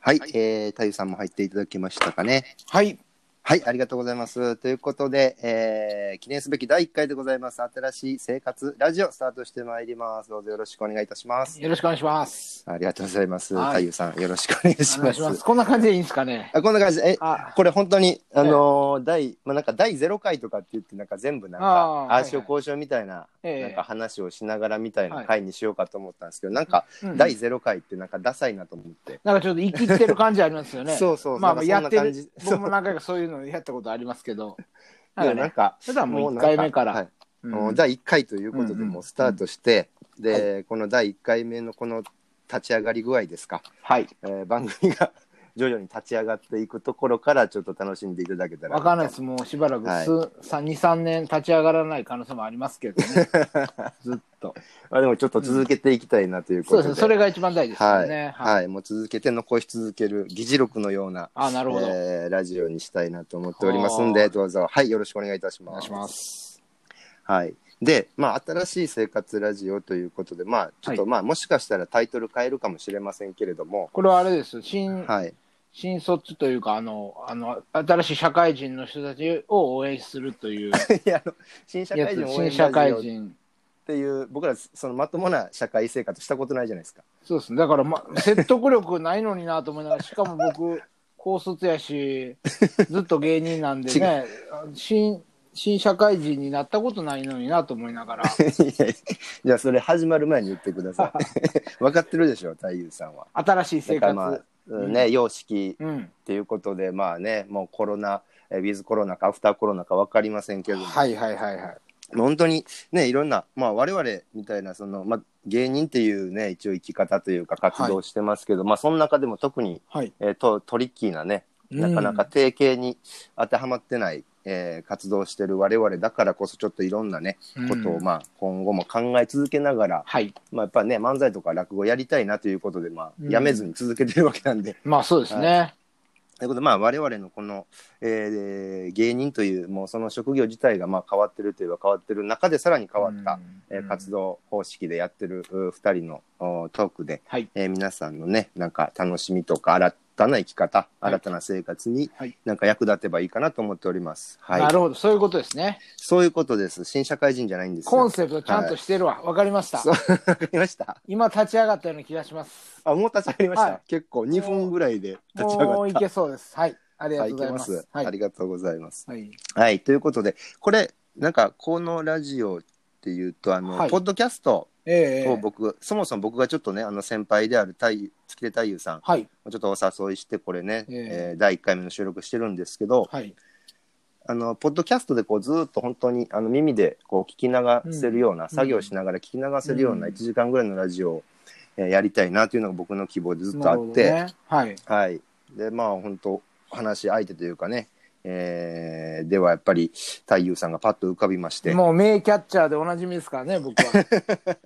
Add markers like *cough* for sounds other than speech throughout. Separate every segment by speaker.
Speaker 1: はい
Speaker 2: はい、
Speaker 1: えー、太夫さんも入っていただきましたかね。
Speaker 2: はい。
Speaker 1: はい、ありがとうございます。ということで、えー記念すべき第1回でございます。新しい生活ラジオスタートしてまいります。どうぞよろしくお願いいたします。
Speaker 2: よろしくお願いします。
Speaker 1: ありがとうございます。
Speaker 2: はい
Speaker 1: 太夫さん、よろしくお願いし
Speaker 2: お願
Speaker 1: ま
Speaker 2: い
Speaker 1: す。
Speaker 2: します。こんな感じでいいんですかね。
Speaker 1: あこんな感じで、え、
Speaker 2: あ、
Speaker 1: これ本当に、あのー第、まあ、なんか第0回とかって言って、なんか全部なんか、
Speaker 2: あー
Speaker 1: ああしようこうしようみたいな、
Speaker 2: ええ
Speaker 1: なんか話をしながらみたい
Speaker 2: は
Speaker 1: ない回にしようかと思ったんですけど、なんか、
Speaker 2: うん
Speaker 1: 第0回ってなんかダサいなと思って。
Speaker 2: なんかちょっと生きってる感じありますよね。
Speaker 1: そうそう
Speaker 2: まあ
Speaker 1: な
Speaker 2: ま
Speaker 1: ん
Speaker 2: あ
Speaker 1: かそ
Speaker 2: や
Speaker 1: んな感
Speaker 2: っ
Speaker 1: じ
Speaker 2: てる
Speaker 1: そ、う
Speaker 2: 僕も何回かそういうのやったことありますけど。
Speaker 1: い
Speaker 2: なん
Speaker 1: や
Speaker 2: か
Speaker 1: なん
Speaker 2: ね、
Speaker 1: か、
Speaker 2: 普段もう
Speaker 1: う
Speaker 2: 1
Speaker 1: なん
Speaker 2: 回目から。
Speaker 1: う
Speaker 2: うん
Speaker 1: ん第1回ということ
Speaker 2: うん
Speaker 1: で
Speaker 2: うん
Speaker 1: もうスタートして、で、この第1回目のこの立ち上がり具合ですか、
Speaker 2: はい。
Speaker 1: えー番組が *laughs* 徐々に立ち上がっていくところからちょっと楽しんでいただけたら
Speaker 2: わかんないです。もうしばらく
Speaker 1: はい
Speaker 2: す、さ2、3年立ち上がらない可能性もありますけど
Speaker 1: *laughs*
Speaker 2: ね。ずっと。
Speaker 1: あでもちょっと続けていきたいなというこ
Speaker 2: そう
Speaker 1: と
Speaker 2: で
Speaker 1: で、
Speaker 2: すね。それが一番大事です
Speaker 1: は
Speaker 2: よ
Speaker 1: い、
Speaker 2: ね。
Speaker 1: はいもう続けて残し続ける議事録のような
Speaker 2: あ、なるほど。
Speaker 1: えーラジオにしたいなと思っておりますんで
Speaker 2: はあ
Speaker 1: どうぞはいよろしくお願いいたし
Speaker 2: お願
Speaker 1: ま
Speaker 2: い
Speaker 1: す
Speaker 2: します。
Speaker 1: はい。で、まあ、新しい生活ラジオということで、まあ、ちょっと、
Speaker 2: はい
Speaker 1: まあ、もしかしたらタイトル変えるかもしれませんけれども、
Speaker 2: これはあれです。新、
Speaker 1: はい。
Speaker 2: 新卒というか、あの、あの、新しい社会人の人たちを応援する
Speaker 1: *laughs*
Speaker 2: とい
Speaker 1: *laughs* い
Speaker 2: う
Speaker 1: や、あの、新社
Speaker 2: や
Speaker 1: 会
Speaker 2: つ、
Speaker 1: 人応
Speaker 2: 新
Speaker 1: 援
Speaker 2: 社
Speaker 1: ラジ
Speaker 2: 会
Speaker 1: オっ
Speaker 2: 人。
Speaker 1: ていう、僕ら、そのまともな社会生活したことないじゃないです *laughs* か。
Speaker 2: そうですね。だから、ま、説得力ないのになと思いながら、しかも僕、高卒やし、ずっと芸人なんで
Speaker 1: *laughs*
Speaker 2: ね、新、新社会人になったことないのになと思い
Speaker 1: *laughs*
Speaker 2: ながら、
Speaker 1: いやいやじゃあ、それ始まる前に言ってくださ *laughs* い。分かってるでしょ、太夫さんは。
Speaker 2: 新しい生
Speaker 1: だから
Speaker 2: 活。
Speaker 1: まあ、うん
Speaker 2: う
Speaker 1: ね、様式
Speaker 2: うん。
Speaker 1: っていうことで、まあね、もうコロナ、えウィズコロナかアフターコロナか分かりませんけれども、
Speaker 2: はいはいはいはい。
Speaker 1: 本当にねいろんな、まあ、我々みたいなその、まあ、芸人っていうね一応生き方というか活動をしてますけど、まあ、その中でも特に、
Speaker 2: はい。
Speaker 1: えーとトリッキーなねなかなか定型に当てはまってない、えー活動をしてる我々だからこそちょっといろんなね
Speaker 2: うん
Speaker 1: ことを、まあ、今後も考え続けながら、
Speaker 2: はい。
Speaker 1: まあ、やっぱね漫才とか落語やりたいなということで、まあ
Speaker 2: う、ん
Speaker 1: やめずに続けてるわけなんで。
Speaker 2: まあそうですね。
Speaker 1: ということで、まあ、我々のこの、えー芸人というもうその職業自体がまあ変わってるといえば変わってる中でさらに変わった。えー活
Speaker 2: 動。
Speaker 1: 動方式でやってる2人のおトークで、
Speaker 2: はい。
Speaker 1: えー皆さんのねなんか楽しみとか新たな生き方
Speaker 2: はい
Speaker 1: 新たな生活に
Speaker 2: はい
Speaker 1: なんか役立てばいいかなと思っております。はい、
Speaker 2: なるほど。そういうことですね。
Speaker 1: そういうことです新社会人じゃないんですよ。
Speaker 2: コンセプトちゃんとしてるわ。わ、かりました。
Speaker 1: そうわかりました。
Speaker 2: 今立ち上がったような気がします。
Speaker 1: *laughs* あもう立ち上がりました。
Speaker 2: はい
Speaker 1: 結構2分ぐらいで立ち上がった。
Speaker 2: もういけそうです。はい。ありが
Speaker 1: は
Speaker 2: と
Speaker 1: いうい
Speaker 2: ござ
Speaker 1: けま
Speaker 2: いますす。。はい
Speaker 1: あ。りがとうございます。
Speaker 2: はい
Speaker 1: はいということでこれなんかこのラジオっていうとあの、
Speaker 2: はい
Speaker 1: ポッドキャスト
Speaker 2: ええ
Speaker 1: を僕、そもそも僕がちょっとねあの先輩である太夫月出太夫さん
Speaker 2: はい。
Speaker 1: ちょっとお誘いして、これね、
Speaker 2: え
Speaker 1: え
Speaker 2: え
Speaker 1: ー第1回目の収録してるんですけど、
Speaker 2: はい。
Speaker 1: あの、ポッドキャストでこうずーっと本当にあの耳でこう聞き流せるような、
Speaker 2: ん
Speaker 1: 作業しながら聞き流せるような
Speaker 2: うん
Speaker 1: 1時間ぐらいのラジオを、えーやりたいなというのが僕の希望でずっとあって、
Speaker 2: なるほどねはい。
Speaker 1: はい。で、まあ本当、話し相手というかね、えーではやっぱり太夫さんがパッと浮かびまして、
Speaker 2: もう名キャッチャーでおなじみですからね、僕
Speaker 1: *laughs*
Speaker 2: は。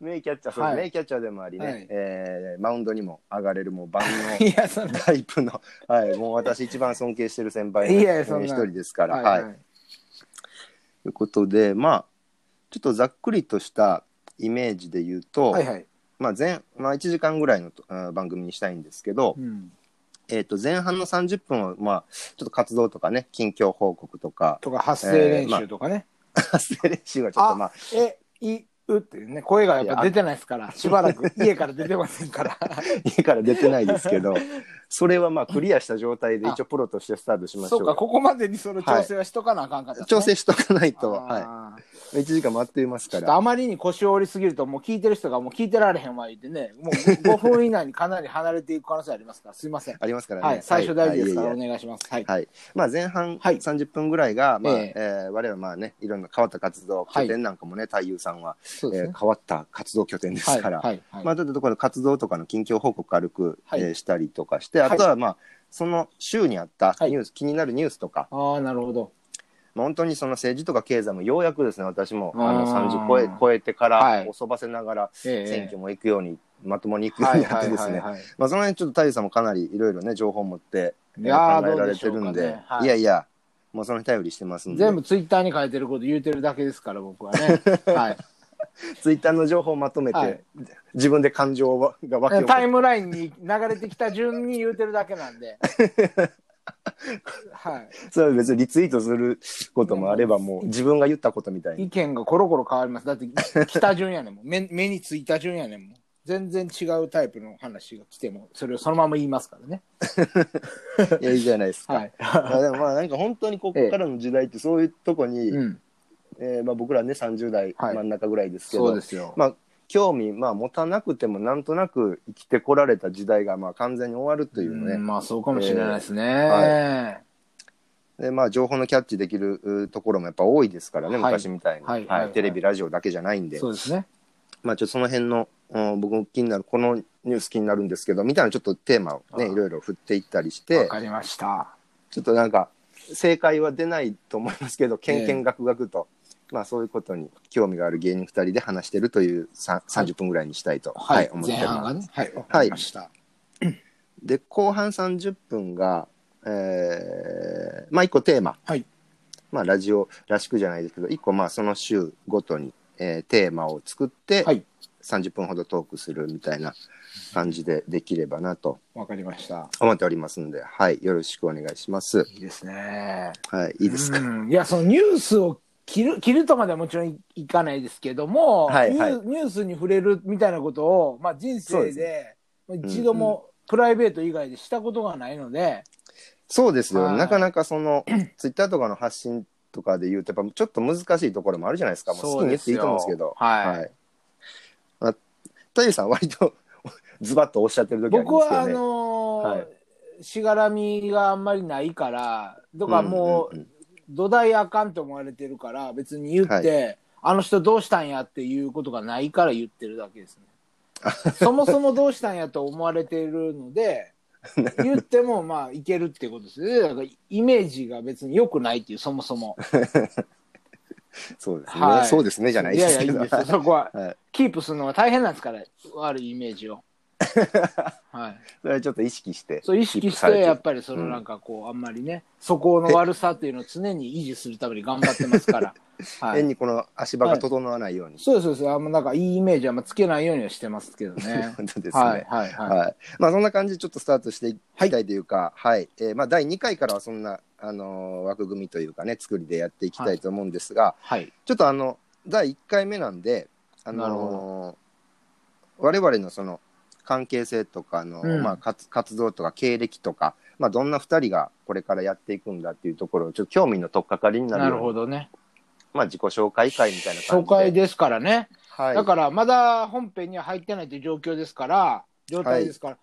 Speaker 1: 名キャッチャー、そう
Speaker 2: はい
Speaker 1: 名キャッチャーでもありね、
Speaker 2: はい
Speaker 1: えーマウンドにも上がれるもう万能
Speaker 2: いや、そんな。
Speaker 1: タイプの、はい、もう私一番尊敬してる先輩の
Speaker 2: い
Speaker 1: え
Speaker 2: やいやそん
Speaker 1: ー
Speaker 2: な
Speaker 1: 一人ですから。
Speaker 2: は
Speaker 1: はいい、
Speaker 2: はい。
Speaker 1: ということで、まあ、ちょっとざっくりとしたイメージで言うと、
Speaker 2: はいはい。
Speaker 1: まあ前、まあ1時間ぐらいのとあー番組にしたいんですけど、
Speaker 2: うん。
Speaker 1: えっ、と、前半の30分を、まあ、ちょっと活動とかね、近況報告とか、
Speaker 2: とか、発声練習とかね。
Speaker 1: 発声練習はちょっとまあ、
Speaker 2: え、い、うっていうね、声がやっぱ出てないですから、しばらく家から出てませ
Speaker 1: *laughs*
Speaker 2: んから。
Speaker 1: 家から出てないですけど、それはまあ、クリアした状態で一応プロとしてスタートしましょ
Speaker 2: そう
Speaker 1: う
Speaker 2: か、
Speaker 1: よ。
Speaker 2: ここまでにその調整はしとかなあかんかったですね、
Speaker 1: 調整しとかないと、
Speaker 2: あー
Speaker 1: は。い。1時間待っています
Speaker 2: ちょ
Speaker 1: か
Speaker 2: っと
Speaker 1: ら。
Speaker 2: あまりに腰を折りすぎると、もう聞いてる人がもう聞いてられへんわ言ってね、もう5分以内にかなり離れていく可能性ありますから、すいません。
Speaker 1: ありますからね。
Speaker 2: はい、最初大事ですか
Speaker 1: はいいえいえ
Speaker 2: らお願いします。はい。
Speaker 1: はいまあ、前半
Speaker 2: はい
Speaker 1: 30分ぐらいが、まあ
Speaker 2: ええ
Speaker 1: えー我々はまあ、ね、いろんな変わった活動
Speaker 2: はい
Speaker 1: 拠点なんかもね、太夫さんは、
Speaker 2: そう
Speaker 1: えー。変わった活動拠点ですから、
Speaker 2: はい。はい
Speaker 1: まあ、ちょっとこの活動とかの近況報告軽く、
Speaker 2: はい
Speaker 1: えーしたりとかして、
Speaker 2: はい
Speaker 1: あとは、まあ、その週にあったニュース、気になるニュースとか、
Speaker 2: ああ、なるほど。
Speaker 1: まあ、本当にその政治とか経済もようやくですね私もあの
Speaker 2: あー
Speaker 1: 30超え超えてか
Speaker 2: はい
Speaker 1: ら遅ばせながら
Speaker 2: え
Speaker 1: 選挙
Speaker 2: も。
Speaker 1: も行くように、まともに行くようになってですね、
Speaker 2: はい。
Speaker 1: まあ、その辺ちょっと太夫さんもかなりいろいろね情報を持って
Speaker 2: いやー
Speaker 1: 考えられてるん
Speaker 2: どうでしょ
Speaker 1: で
Speaker 2: うかねはい
Speaker 1: いやいやもうその日頼りしてますんで *laughs*
Speaker 2: 全部ツイッターに書いてること言うてるだけですから、僕はね。はい。
Speaker 1: ツイッターの情報をまとめて、
Speaker 2: はい
Speaker 1: 自分で感情が湧き起こ
Speaker 2: タイムラインに流れてきた順に言うてるだけな
Speaker 1: *laughs*
Speaker 2: んで。は
Speaker 1: るそれは別にリツイートすることもあればもう自分が言ったことみたい
Speaker 2: い。
Speaker 1: に
Speaker 2: 意見がコロコロ変わります。だって、来た順やねんもん。 *laughs* 目目についた順やねんもん。全然違うタイプの話が来ても、それをそのまま言いますからね。
Speaker 1: いやいいじゃないですか。
Speaker 2: はい。
Speaker 1: まあでもまあなんか本当にここからの時代ってそういうとこに、
Speaker 2: うん。
Speaker 1: えーまあ、僕らね30代
Speaker 2: はい
Speaker 1: 真ん中ぐらいですけど、
Speaker 2: そうですよ。
Speaker 1: まあ、興味、まあ、持たなくてもなんとなく生きてこられた時代がまあ完全に終わるというね、
Speaker 2: んまあ、そうかもしれないですね。
Speaker 1: でまあ、情報のキャッチできるうところもやっぱ多いですからね、
Speaker 2: はい
Speaker 1: 昔みたいに、
Speaker 2: はいはいはい
Speaker 1: テレビラジオだけじゃないんで、
Speaker 2: そうですね。
Speaker 1: まあ、ちょっとその辺の、うん、僕も気になるこのニュース気になるんですけどみたいなちょっとテーマをね
Speaker 2: ああ
Speaker 1: いろいろ振っていったりし
Speaker 2: わ
Speaker 1: て
Speaker 2: かりました。
Speaker 1: ちょっとなんか正解は出ないと思いますけどけんけんがくがくと。まあそういうことに興味がある芸人2人で話してるというさ30分ぐらいにしたいと、
Speaker 2: は。
Speaker 1: はいい思って
Speaker 2: 前
Speaker 1: ます。
Speaker 2: 半がね。はい。わかりました。
Speaker 1: で後半30分が、えーまあ一個テーマ、
Speaker 2: はい
Speaker 1: まあ、ラジオらしくじゃないですけど一個まあその週ごとに、えーテーマを作って
Speaker 2: はい
Speaker 1: 30分ほどトークするみたいな感じでできればなと
Speaker 2: わかりました。
Speaker 1: 思っておりますんで、はい、よろしくお願いします。
Speaker 2: いいですね。
Speaker 1: はい、いいですか、
Speaker 2: うんいや、そのニュースを切る、切るとまではもちろんいいかないですけども、
Speaker 1: はいはい
Speaker 2: ニューニュースに触れるみたいなことを、まあ人
Speaker 1: そう
Speaker 2: 生
Speaker 1: です
Speaker 2: で、一度もプライベート以外でしたことがないので、
Speaker 1: そうですよ、
Speaker 2: はい
Speaker 1: なかなかそのツイッターとかの発信とかで言うとやっぱちょっと難しいところもあるじゃないですかもう好きに言っていいと思うんですけど
Speaker 2: はい
Speaker 1: はいまあ、太陽さん割と *laughs* ズバッとおっしゃってる時あり
Speaker 2: 僕
Speaker 1: ますけ
Speaker 2: は
Speaker 1: ど
Speaker 2: あ
Speaker 1: ね。
Speaker 2: のー
Speaker 1: はい
Speaker 2: しがらみがあんまりないから、とかも
Speaker 1: ん
Speaker 2: う、
Speaker 1: んん
Speaker 2: 土台あかんと思われてるから、別に言って、
Speaker 1: は
Speaker 2: あの人どうしたんやっていうことがないから言ってるだけです
Speaker 1: *laughs*
Speaker 2: ね。そもそもどうしたんやと思われてる
Speaker 1: *laughs*
Speaker 2: ので、言ってもまあいけるってことですね。だからイメージが別に良くないっていう、そもそも。
Speaker 1: そうですね、
Speaker 2: はい
Speaker 1: そうですねじゃない
Speaker 2: い
Speaker 1: で
Speaker 2: や
Speaker 1: す
Speaker 2: いや、い
Speaker 1: け
Speaker 2: い
Speaker 1: ど
Speaker 2: んですよ。そこは、
Speaker 1: はい
Speaker 2: キープするのは大変なんですから、悪いイメージ
Speaker 1: *laughs*
Speaker 2: を。はい。
Speaker 1: *laughs* それはちょっと意識して
Speaker 2: そう意識し
Speaker 1: され
Speaker 2: て
Speaker 1: てる
Speaker 2: やっぱりそのなんかこう、あんまりね素行の悪さっていうのを常に維持するために頑張ってます
Speaker 1: *laughs*
Speaker 2: から、はい
Speaker 1: 変、にこの足場が整わないように、
Speaker 2: そうですそうですあんまなんかいいイメージはあんまつけないようにはしてますけどね
Speaker 1: 本当ですね、
Speaker 2: は
Speaker 1: はいい
Speaker 2: はいはい、
Speaker 1: まあそんな感じでちょっとスタートしていきたいというか、はい、えーまあ第2回からはそんな、あのー枠組みというかね、作りでやっていきたいと思うんですが、
Speaker 2: はい、
Speaker 1: ちょっとあの、第1回目なんで、あ
Speaker 2: なる
Speaker 1: のー我々のその関係性とかの、
Speaker 2: うん
Speaker 1: まあ活、活動とか経歴とか、まあ、どんな2人がこれからやっていくんだっていうところを、ちょっと興味の取っかかりになる
Speaker 2: な
Speaker 1: よう
Speaker 2: る
Speaker 1: に
Speaker 2: ほどね
Speaker 1: まあ、自己紹介会みたいな感じで。
Speaker 2: 紹介ですからね、
Speaker 1: はい。
Speaker 2: だからまだ本編には入ってないという状況ですから状態ですから、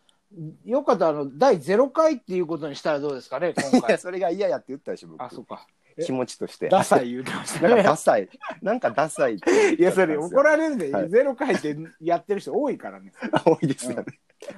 Speaker 2: よかったらあの第0回っていうことにしたらどうですかね今
Speaker 1: いや、
Speaker 2: 回
Speaker 1: それが嫌やって言ったでしょ、僕
Speaker 2: あそうかえ
Speaker 1: 気持ちとして。
Speaker 2: ダサい言うてました
Speaker 1: なんか
Speaker 2: ね
Speaker 1: ダサい。なんかダサいって言っ
Speaker 2: *laughs* い
Speaker 1: ちゃ
Speaker 2: や
Speaker 1: った
Speaker 2: そ
Speaker 1: んです
Speaker 2: れ
Speaker 1: よ。
Speaker 2: 怒られるで、
Speaker 1: はい
Speaker 2: ゼロ回ってやってる人多いからね
Speaker 1: 多いですよね。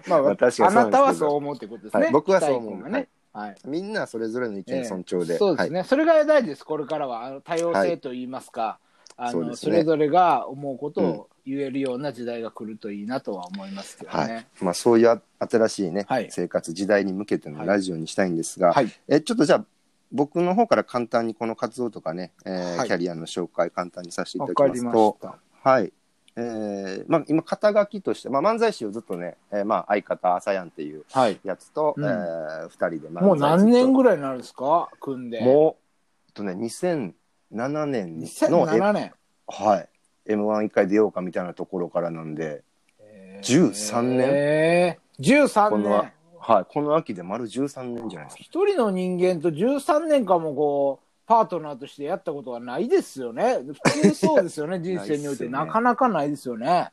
Speaker 2: まあ、
Speaker 1: まあ確かにそうなんですけど
Speaker 2: あなたはそう思うってことですね。
Speaker 1: はい僕はそう思う
Speaker 2: 大根がね。はい。
Speaker 1: みんなそれぞれの意
Speaker 2: ええ
Speaker 1: 見尊重で。
Speaker 2: そうですね、それが大事です、これからは。あの多様
Speaker 1: は
Speaker 2: 性
Speaker 1: い
Speaker 2: といいますか、あ
Speaker 1: そう
Speaker 2: の
Speaker 1: で
Speaker 2: そ
Speaker 1: すね
Speaker 2: れぞれが思うことを言えるような時代が来るといいなとは思いますけど
Speaker 1: はい。はい
Speaker 2: ね。
Speaker 1: まあ、そういう新しいね、
Speaker 2: はい
Speaker 1: 生活、時代に向けてのラジオにしたいんですが、
Speaker 2: はい。
Speaker 1: えちょっとじゃあ、僕の方から簡単にこの活動とかね、えー
Speaker 2: はい
Speaker 1: キャリアの紹介、簡単にさせてい
Speaker 2: わ、
Speaker 1: ただき
Speaker 2: か
Speaker 1: ま
Speaker 2: りますし
Speaker 1: と、
Speaker 2: た。
Speaker 1: はい。えーまあ、今、肩書きとして、まあ、漫才師をずっとね、えーまあ、相方、朝やんっていう
Speaker 2: はい。
Speaker 1: やつと、
Speaker 2: うん
Speaker 1: えー、2人で漫才
Speaker 2: もう何
Speaker 1: ずっと
Speaker 2: 年ぐらいになるんですか組んで。
Speaker 1: もう、えっとね、2007年の、
Speaker 2: 2007年。
Speaker 1: はい、M11 回出ようかみたいなところからなんで、
Speaker 2: え
Speaker 1: 13年
Speaker 2: えー、13
Speaker 1: この
Speaker 2: 年。
Speaker 1: はい、この秋で丸13年じゃないですか。
Speaker 2: 一人の人間と13年間もこうパートナーとしてやったことはないですよね普通そうですよね人生において
Speaker 1: *laughs* ないっすよね
Speaker 2: なかなかないですよね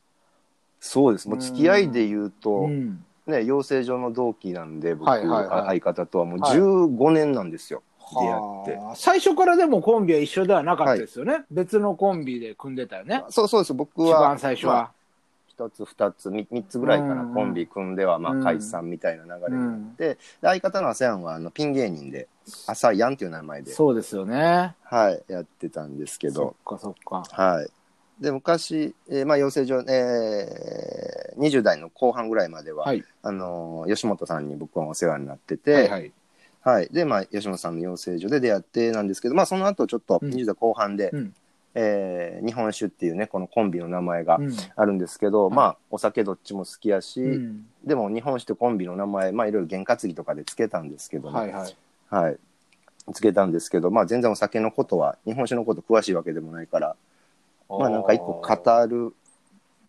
Speaker 1: そうです。もう付き合いで言う
Speaker 2: う
Speaker 1: と、
Speaker 2: ん
Speaker 1: ね、養成所の同期なんで、僕、
Speaker 2: はいはいはい
Speaker 1: 相方とはもう
Speaker 2: はい
Speaker 1: 15年なんですよ。出会って。
Speaker 2: はあ最初からでもコンビは一緒ではなかったですよね、別のコンビで組んでたよね
Speaker 1: そうそうです。僕
Speaker 2: 一
Speaker 1: は、
Speaker 2: 番最初
Speaker 1: ま
Speaker 2: は、
Speaker 1: あ。一つ、二つ、み三つぐらいかな、
Speaker 2: うん
Speaker 1: コンビ組んでは、まあ
Speaker 2: う、ん
Speaker 1: 解散みたいな流れ
Speaker 2: う
Speaker 1: になっ
Speaker 2: ん
Speaker 1: て、で、相方のアセアンは、あの、ピン芸人で、アサヤンっていう名前で、
Speaker 2: そうですよね
Speaker 1: はい、やってたんですけど
Speaker 2: そ、っかそっか
Speaker 1: はい。で、昔、えーまあ、養成所、えー、20代の後半ぐらいまでは、
Speaker 2: はい
Speaker 1: あのー吉本さんに僕はお世話になってて、
Speaker 2: はいはい
Speaker 1: はいで、まあ、吉本さんの養成所で出会ってなんですけど、まあ、その後ちょっと
Speaker 2: うん
Speaker 1: 20代後半で、
Speaker 2: うん
Speaker 1: えー日本酒っていうねこのコンビの名前が
Speaker 2: うん
Speaker 1: あるんですけど、
Speaker 2: はい
Speaker 1: まあお酒どっちも好きやし、
Speaker 2: うん
Speaker 1: でも日本酒とコンビの名前まあいろいろ験担ぎとかでつけたんですけどね
Speaker 2: はいはい
Speaker 1: はい、つけたんですけど、まあ、全然お酒のことは日本酒のこと詳しいわけでもないからまあなんか一個語る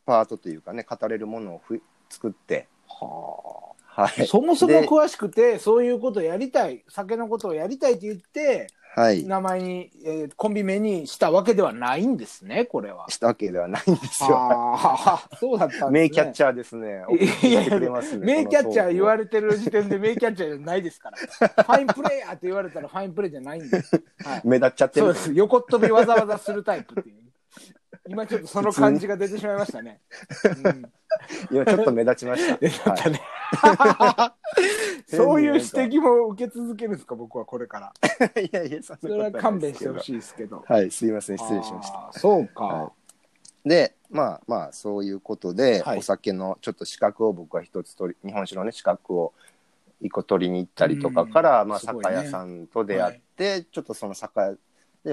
Speaker 1: パートというかね語れるものをふ作って、
Speaker 2: は
Speaker 1: はい
Speaker 2: あそもそも
Speaker 1: で
Speaker 2: 詳しくてそういうことやりたい酒のことをやりたいって言って
Speaker 1: はい、
Speaker 2: 名前に、えーコンビ名にしたわけではないんですねこ
Speaker 1: *laughs*
Speaker 2: れは。
Speaker 1: したわけではないんですよ。
Speaker 2: ああそうだったんですね。
Speaker 1: *laughs* 名キャッチャーですね。送ってきてくれますね。
Speaker 2: *laughs* 名キャッチャー言わ
Speaker 1: れ
Speaker 2: れてる時点で名キャッチャーじゃないで
Speaker 1: *laughs*
Speaker 2: すから。ファインプレーヤーって言われたらファインプレーじゃないんです。はい。
Speaker 1: 目立っちゃって
Speaker 2: そう
Speaker 1: る
Speaker 2: で。す。横っ飛びわざわざするタイプっていう。今ちょっとその感じが出てしまいましたね。
Speaker 1: *laughs*
Speaker 2: うん、
Speaker 1: いや、ちょっと目立ちま
Speaker 2: *laughs*
Speaker 1: した。
Speaker 2: 出ちゃったね。そういう指摘も受け続けるんですか、僕はこれから。
Speaker 1: はい、いやいや、 *laughs* そんなこ
Speaker 2: そ
Speaker 1: と
Speaker 2: れ
Speaker 1: ない
Speaker 2: は
Speaker 1: ですけど
Speaker 2: 勘弁してほしいですけど。
Speaker 1: はい、すいません、失礼しました。
Speaker 2: あー。そうか。
Speaker 1: はで、まあまあ、そういうことで、
Speaker 2: はい
Speaker 1: お酒のちょっと資格を僕は一つ取り、日本酒のね、資格を一個取りに行ったりとかから、
Speaker 2: うん
Speaker 1: まあ、
Speaker 2: すごい
Speaker 1: 酒
Speaker 2: ね
Speaker 1: 屋さんと出会って、ちょっとその酒屋で、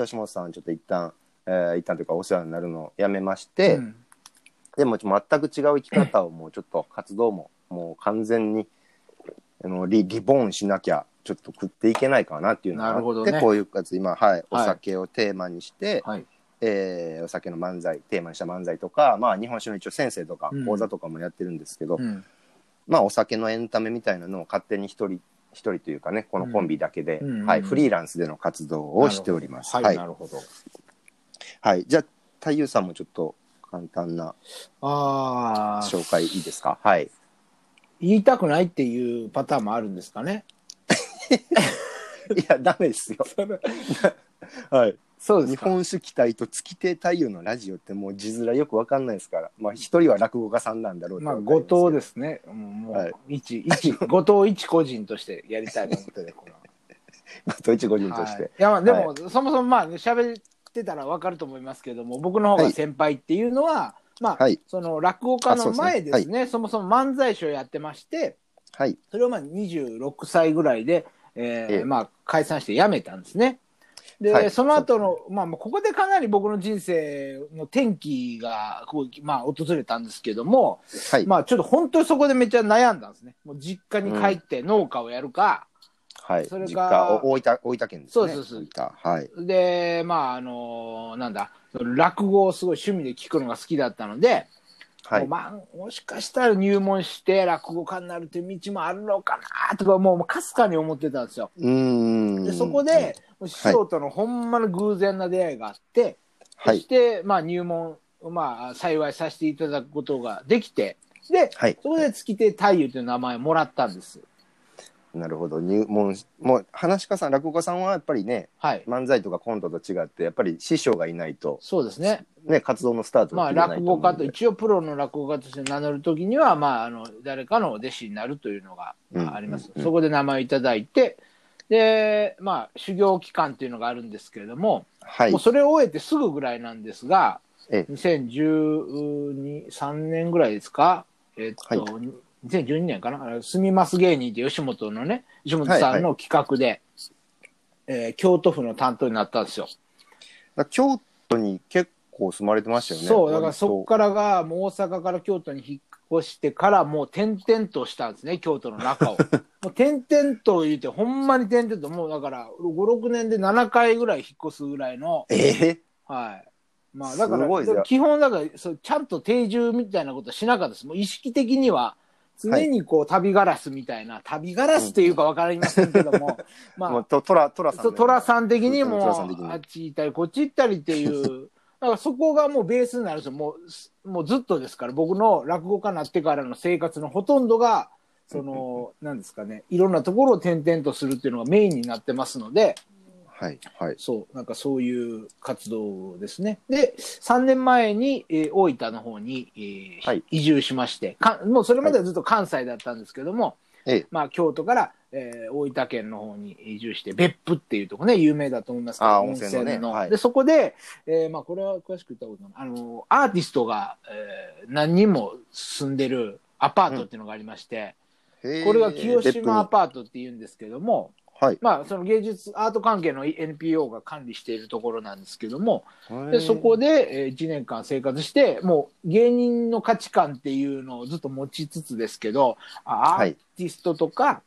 Speaker 1: 吉本さん、ちょっと一旦、えー、一旦というか、お世話になるのをやめまして、
Speaker 2: うん
Speaker 1: でも全く違う生き方をもうちょっと活動ももう完全にあのリリボーンしなきゃちょっと食っていけないかなっていうのが
Speaker 2: なるほ
Speaker 1: あ
Speaker 2: ど
Speaker 1: って、
Speaker 2: ね
Speaker 1: こういうやつ今、はい、お酒をテーマにして、
Speaker 2: はい。
Speaker 1: えーお酒の漫才テーマにした漫才とか、まあ、日本酒の一応先生とか
Speaker 2: うん
Speaker 1: 講座とかもやってるんですけど、
Speaker 2: うん
Speaker 1: まあ、お酒のエンタメみたいなのを勝手に一人一人というかねこのコンビだけで、
Speaker 2: うんうん
Speaker 1: はい、フリーランスでの活動をしております。
Speaker 2: はい、なるほど。
Speaker 1: はい、じゃあ太夫さんもちょっと簡単な
Speaker 2: ああ、
Speaker 1: 紹介いいですか
Speaker 2: *laughs*
Speaker 1: はい
Speaker 2: 言いたくないっていうパターンもあるんですかね。
Speaker 1: いや、ダメですよ。はい。
Speaker 2: そうで
Speaker 1: 日
Speaker 2: すか。
Speaker 1: 本酒期待と月亭太夫のラジオってもう字面よくわかんないですから。まあ、一人は落語家さんなんだろう
Speaker 2: まあ、後藤
Speaker 1: で。
Speaker 2: ですね。うんも、
Speaker 1: はいう
Speaker 2: 一、 *laughs* 一、後藤一個人としてやりたいと思ってて、これは。
Speaker 1: 後藤一五人とし
Speaker 2: *laughs* はい
Speaker 1: て。
Speaker 2: いやまあでも、そもそもまあね喋ってたらわかると思いますけども僕の方が先輩っていうのは、まあ、
Speaker 1: はい
Speaker 2: その落語家の前ですね
Speaker 1: あ
Speaker 2: そ
Speaker 1: そう
Speaker 2: もそも漫才師をやってまして
Speaker 1: はい。
Speaker 2: それをまあ26歳ぐらいで、えー
Speaker 1: ええ
Speaker 2: まあ、解散して辞めたんですね。で、
Speaker 1: はい
Speaker 2: その後の、まあ、もうここでかなり僕の人生の転機が、こう、まあ、訪れたんですけども、
Speaker 1: はい。
Speaker 2: まあ、ちょっと本当にそこでめっちゃ悩んだんですね。もう実家に帰って農家をやるか、
Speaker 1: はい。
Speaker 2: それが
Speaker 1: 実家、お大分、大分県ですね。
Speaker 2: そうそうそう
Speaker 1: 大分。はい。
Speaker 2: で、まあ、あのなんだ、その落語をすごい趣味で聞くのが好きだったので、
Speaker 1: は
Speaker 2: もう
Speaker 1: い。
Speaker 2: まあ、もしかしたら入門して落語家になるという道もあるのかなとか、もうかすかに思ってたんですよ。
Speaker 1: うーん。
Speaker 2: で、そこで、、もう師匠とのほんまの偶然な出会いがあって、
Speaker 1: は
Speaker 2: そし
Speaker 1: い。
Speaker 2: て、まあ、入門、まあ、幸いさせていただくことができて、で、
Speaker 1: はい。
Speaker 2: そこで月亭太夫という名前をもらったんです。
Speaker 1: なるほど。入門、もう、話し家さん、落語家さんはやっぱりね、
Speaker 2: はい。
Speaker 1: 漫才とかコントと違って、やっぱり師匠がいないと、
Speaker 2: そうですね。
Speaker 1: ね、活動のスタート
Speaker 2: ま
Speaker 1: が
Speaker 2: あ、
Speaker 1: 切れない
Speaker 2: 落語家
Speaker 1: 思
Speaker 2: と
Speaker 1: うんで
Speaker 2: 一応プロの落語家として名乗るときには、まあ、あの誰かのお弟子になるというのが
Speaker 1: うん
Speaker 2: まああります、
Speaker 1: うん
Speaker 2: そこで名前をいただいてで、まあ、修行期間というのがあるんですけれども,、
Speaker 1: はい
Speaker 2: もう。それを終えてすぐぐらいなんですが
Speaker 1: ええ
Speaker 2: 2013年ぐらいですか、えっと2012年かなあの「すみます芸人」って吉本のね吉本さんの企画で、えー京都府の担当になったんですよ。
Speaker 1: だから京都に結構住まれてましたよね。
Speaker 2: そう、だからそこ
Speaker 1: こ
Speaker 2: からが、もう大阪から京都に引っ越してから、もう転々としたんですね、京都の中
Speaker 1: *laughs*
Speaker 2: を。もう転々と言うて、ほんまに転々と、もうだから、5、6年で7回ぐらい引っ越すぐらいの、
Speaker 1: ええ
Speaker 2: はい。まあ、だから、
Speaker 1: すごいじゃん
Speaker 2: 基本、だからそう、ちゃんと定住みたいなことはしなかったです。もう意識的には、常にこう、旅ガラスみたいな、旅ガラスというか分かりませんけど
Speaker 1: *laughs*
Speaker 2: も、まあ
Speaker 1: もう、と、トラ、トラさんのよ
Speaker 2: そう
Speaker 1: うな。
Speaker 2: 寅さん的にも
Speaker 1: トラさん的に
Speaker 2: あっち行ったりこっち行ったりっていう
Speaker 1: *laughs*
Speaker 2: だからそこがもうベースになるんですよもうすもうずっとですから僕の落語家になってからの生活のほとんどが
Speaker 1: *laughs*
Speaker 2: そのなんですかねいろんなところを転々とするっていうのがメインになってますので
Speaker 1: はい、はい。
Speaker 2: そうなんかそういう活動ですねで3年前に、えー大分の方に、えー
Speaker 1: はい
Speaker 2: 移住しましてかもうそれまではずっと関西だったんですけども、
Speaker 1: ええ。
Speaker 2: まあ、京都から、えー大分県の方に移住して、別府っていうとこね、有名だと思いますけど、
Speaker 1: あー温泉のねはい
Speaker 2: で、そこで、えーまあ、これは詳しく言ったことない。あの、アーティストが、えー何人も住んでるアパートっていうのがありまして、
Speaker 1: へー
Speaker 2: これが清
Speaker 1: 別府に
Speaker 2: 島アパートっていうんですけども、
Speaker 1: はい。
Speaker 2: まあ、その芸術、アート関係の NPO が管理しているところなんですけども、でそこでえー1年間生活して、もう芸人の価値観っていうのをずっと持ちつつですけど、あア
Speaker 1: はい
Speaker 2: ーティストとか、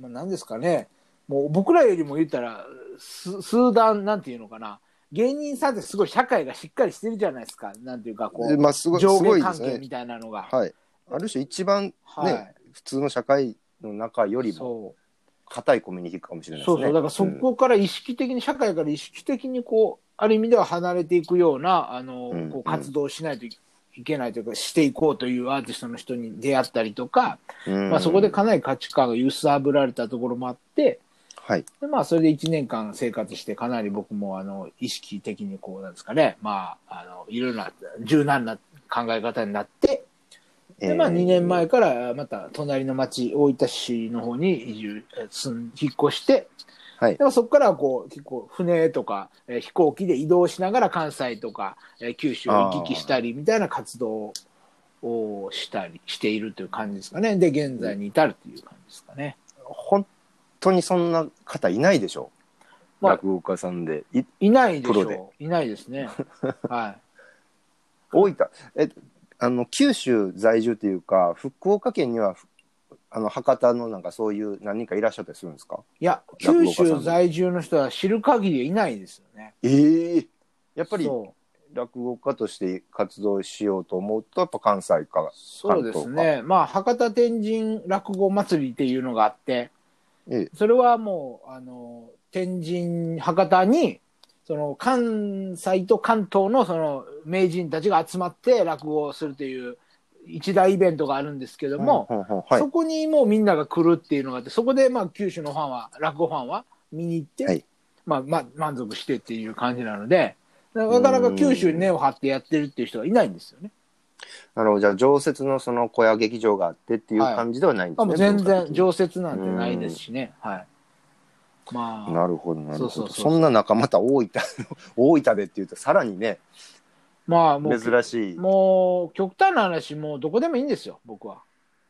Speaker 2: まあ、何ですかね、もう僕らよりも言ったら、す数段、なんていうのかな、芸人さんってすごい社会がしっかりしてるじゃないですか、なんていうか、こ
Speaker 1: え
Speaker 2: う、
Speaker 1: まあ、すごい、す
Speaker 2: 上
Speaker 1: ご
Speaker 2: 下
Speaker 1: いで
Speaker 2: 関
Speaker 1: す
Speaker 2: 係
Speaker 1: ね
Speaker 2: み。たいなのが。
Speaker 1: はい。ある種一番ね、
Speaker 2: はい
Speaker 1: 普通の社会の中よりも
Speaker 2: そう
Speaker 1: 硬いコミュニティかもしれないです
Speaker 2: そ
Speaker 1: ね。
Speaker 2: うそう、だからそ
Speaker 1: うん
Speaker 2: こから意識的に、社会から意識的にこう、ある意味では離れていくような、あの、
Speaker 1: うん
Speaker 2: こう活動をしないといけないというか、していこうというアーティストの人に出会ったりとか、
Speaker 1: うん
Speaker 2: まあそこでかなり価値観が揺さぶられたところもあって、
Speaker 1: はい。
Speaker 2: でまあそれで1年間生活して、かなり僕もあの、意識的にこう、なんですかね、まあ、あの、いろいろな、柔軟な考え方になって、でまあ、
Speaker 1: えー
Speaker 2: 2年前からまた隣の町大分市の方に移住え住ん引っ越して、
Speaker 1: はい
Speaker 2: でまあそこからはこう結構船とか、えー飛行機で移動しながら関西とか、えー九州を行き来したりみたいな活動をしたりしているという感じですかねで現在に至るという感じですかね。
Speaker 1: 本当にそんな方いないでしょう。
Speaker 2: まあ
Speaker 1: 落語家さんで。い
Speaker 2: いないでし
Speaker 1: プロで
Speaker 2: ょう。いないで
Speaker 1: *laughs*
Speaker 2: すね。はい。
Speaker 1: 大分、え、あの、九州在住というか、福岡県には、ふあの、博多のなんかそういう何人かいらっしゃったりするんですか
Speaker 2: いや、
Speaker 1: 落語家
Speaker 2: 九
Speaker 1: さん
Speaker 2: 州在住の人は知る限りいないですよね。
Speaker 1: ええや
Speaker 2: や
Speaker 1: っぱり
Speaker 2: そう
Speaker 1: 落語家として活動しようと思うと、やっぱ関西か。
Speaker 2: そうですね。まあ、博多天神落語祭りっていうのがあって、
Speaker 1: ええ
Speaker 2: それはもう、あの、天神、博多に、その、関西と関東のその、名人たちが集まって落語をするという一大イベントがあるんですけども、
Speaker 1: うんうんうんはい
Speaker 2: そ。こにもうみんなが来るっていうのがあって、そこでまあ、九州のファンは、落語ファンは見に行って、
Speaker 1: はい
Speaker 2: まあ、まあ、満足してっていう感じなので、なかなか九州に根を張ってやってるっていう人はいないんですよね。
Speaker 1: なるほど。じゃあ、常設のその小屋劇場があってっていう感じではないんです
Speaker 2: あ
Speaker 1: ね。
Speaker 2: もう全
Speaker 1: 文化
Speaker 2: 然
Speaker 1: 的に
Speaker 2: 常設なんてないですしね。はい。まあ、
Speaker 1: なるほど、なるほど。
Speaker 2: そうそうそう
Speaker 1: そんな仲間た大分、 *laughs* 大分でっていうと、さらにね、
Speaker 2: まあもう、
Speaker 1: 珍しい。
Speaker 2: もう極端な話、もうどこでもいいんですよ、僕は。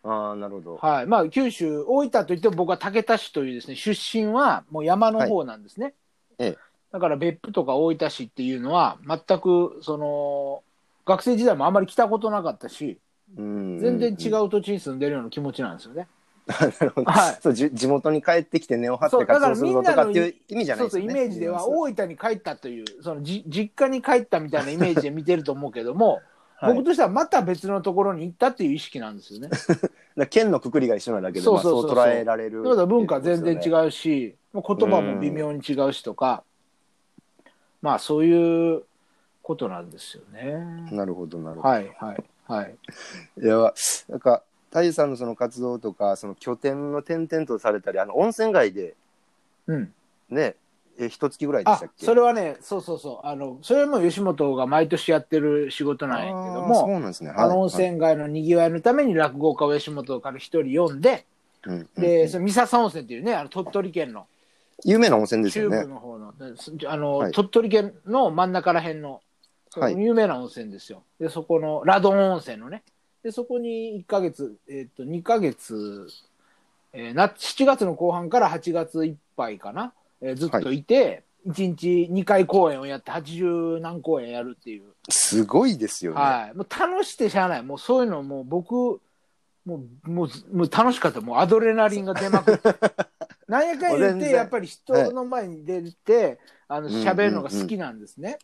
Speaker 1: ああ、なるほど。
Speaker 2: はい。まあ、九州、大分といっても僕は竹田市というですね、出身はもう山の方なんですね。
Speaker 1: ええ
Speaker 2: だから別府とか大分市っていうのは、全く、その、学生時代もあんまり来たことなかったし、
Speaker 1: うん
Speaker 2: 全然
Speaker 1: *laughs*
Speaker 2: 違。う土地に住んでるような気持ちなんですよね。
Speaker 1: なるほど。
Speaker 2: はい
Speaker 1: そうじ地元に帰ってきて根を張っ
Speaker 2: そ
Speaker 1: て
Speaker 2: うだ
Speaker 1: 活
Speaker 2: から
Speaker 1: 動す
Speaker 2: み
Speaker 1: る
Speaker 2: ん
Speaker 1: の
Speaker 2: な
Speaker 1: とか
Speaker 2: の
Speaker 1: っていう意味じゃない
Speaker 2: そう
Speaker 1: です
Speaker 2: そう
Speaker 1: よ
Speaker 2: イ
Speaker 1: ね。
Speaker 2: メージでは
Speaker 1: ニュアン
Speaker 2: 大分に帰ったというそのじ実家に帰ったみたいなイメージで見てると思うけども、
Speaker 1: ス *laughs* はい
Speaker 2: 僕としてはまた別のところに行ったっていう意識なんですよね。
Speaker 1: だから県のくくりが一緒なだけで、
Speaker 2: そう
Speaker 1: まあ
Speaker 2: そ
Speaker 1: そ
Speaker 2: うそう
Speaker 1: う
Speaker 2: そう
Speaker 1: 捉えられる。
Speaker 2: だから文化全然
Speaker 1: っていうことですよね
Speaker 2: 違うし、まあ言葉も微妙に違うしとか、まあそういうことなんですよね。
Speaker 1: なるほど、なるほど。
Speaker 2: はいはいはい。
Speaker 1: いや、なんか、太陽さんのその活動とか、その拠点の点々とされたり、あの、温泉街で、
Speaker 2: うん。
Speaker 1: ね、え、一月ぐらいでし
Speaker 2: あ
Speaker 1: たっ、け
Speaker 2: それはね、そうそうそう。あの、それも吉本が毎年やってる仕事なんやけど
Speaker 1: あー
Speaker 2: も
Speaker 1: そう、なんですね。はい
Speaker 2: あの温泉街のにぎわいのために落語家を吉本から一人呼んで、
Speaker 1: はいうんうんう
Speaker 2: で、
Speaker 1: ん
Speaker 2: その三笹温泉っていうね、あの鳥取県の、
Speaker 1: 有名な温泉です
Speaker 2: 中
Speaker 1: よ
Speaker 2: 部
Speaker 1: ね。
Speaker 2: の方の、すあの、
Speaker 1: はい
Speaker 2: 鳥取県の真ん中ら辺の、
Speaker 1: はい
Speaker 2: 有名な温泉ですよ。で、そこの、ラドン温泉のね。で、そこに1ヶ月、えっ、と、2ヶ月、えーな、7月の後半から8月いっぱいかな、えーずっといて、1日2回公演をやって80何公演やるっていう。
Speaker 1: すごいですよね。
Speaker 2: はい。もう楽しくてしゃあない。もうそういうのもう僕、もう、もう、もう楽しかった。もうアドレナリンが出まく
Speaker 1: *laughs*
Speaker 2: って。なんやかんや言っ
Speaker 1: 全
Speaker 2: て、
Speaker 1: 然
Speaker 2: やっぱり人の前に出て、あの、喋るのが好きなんですね。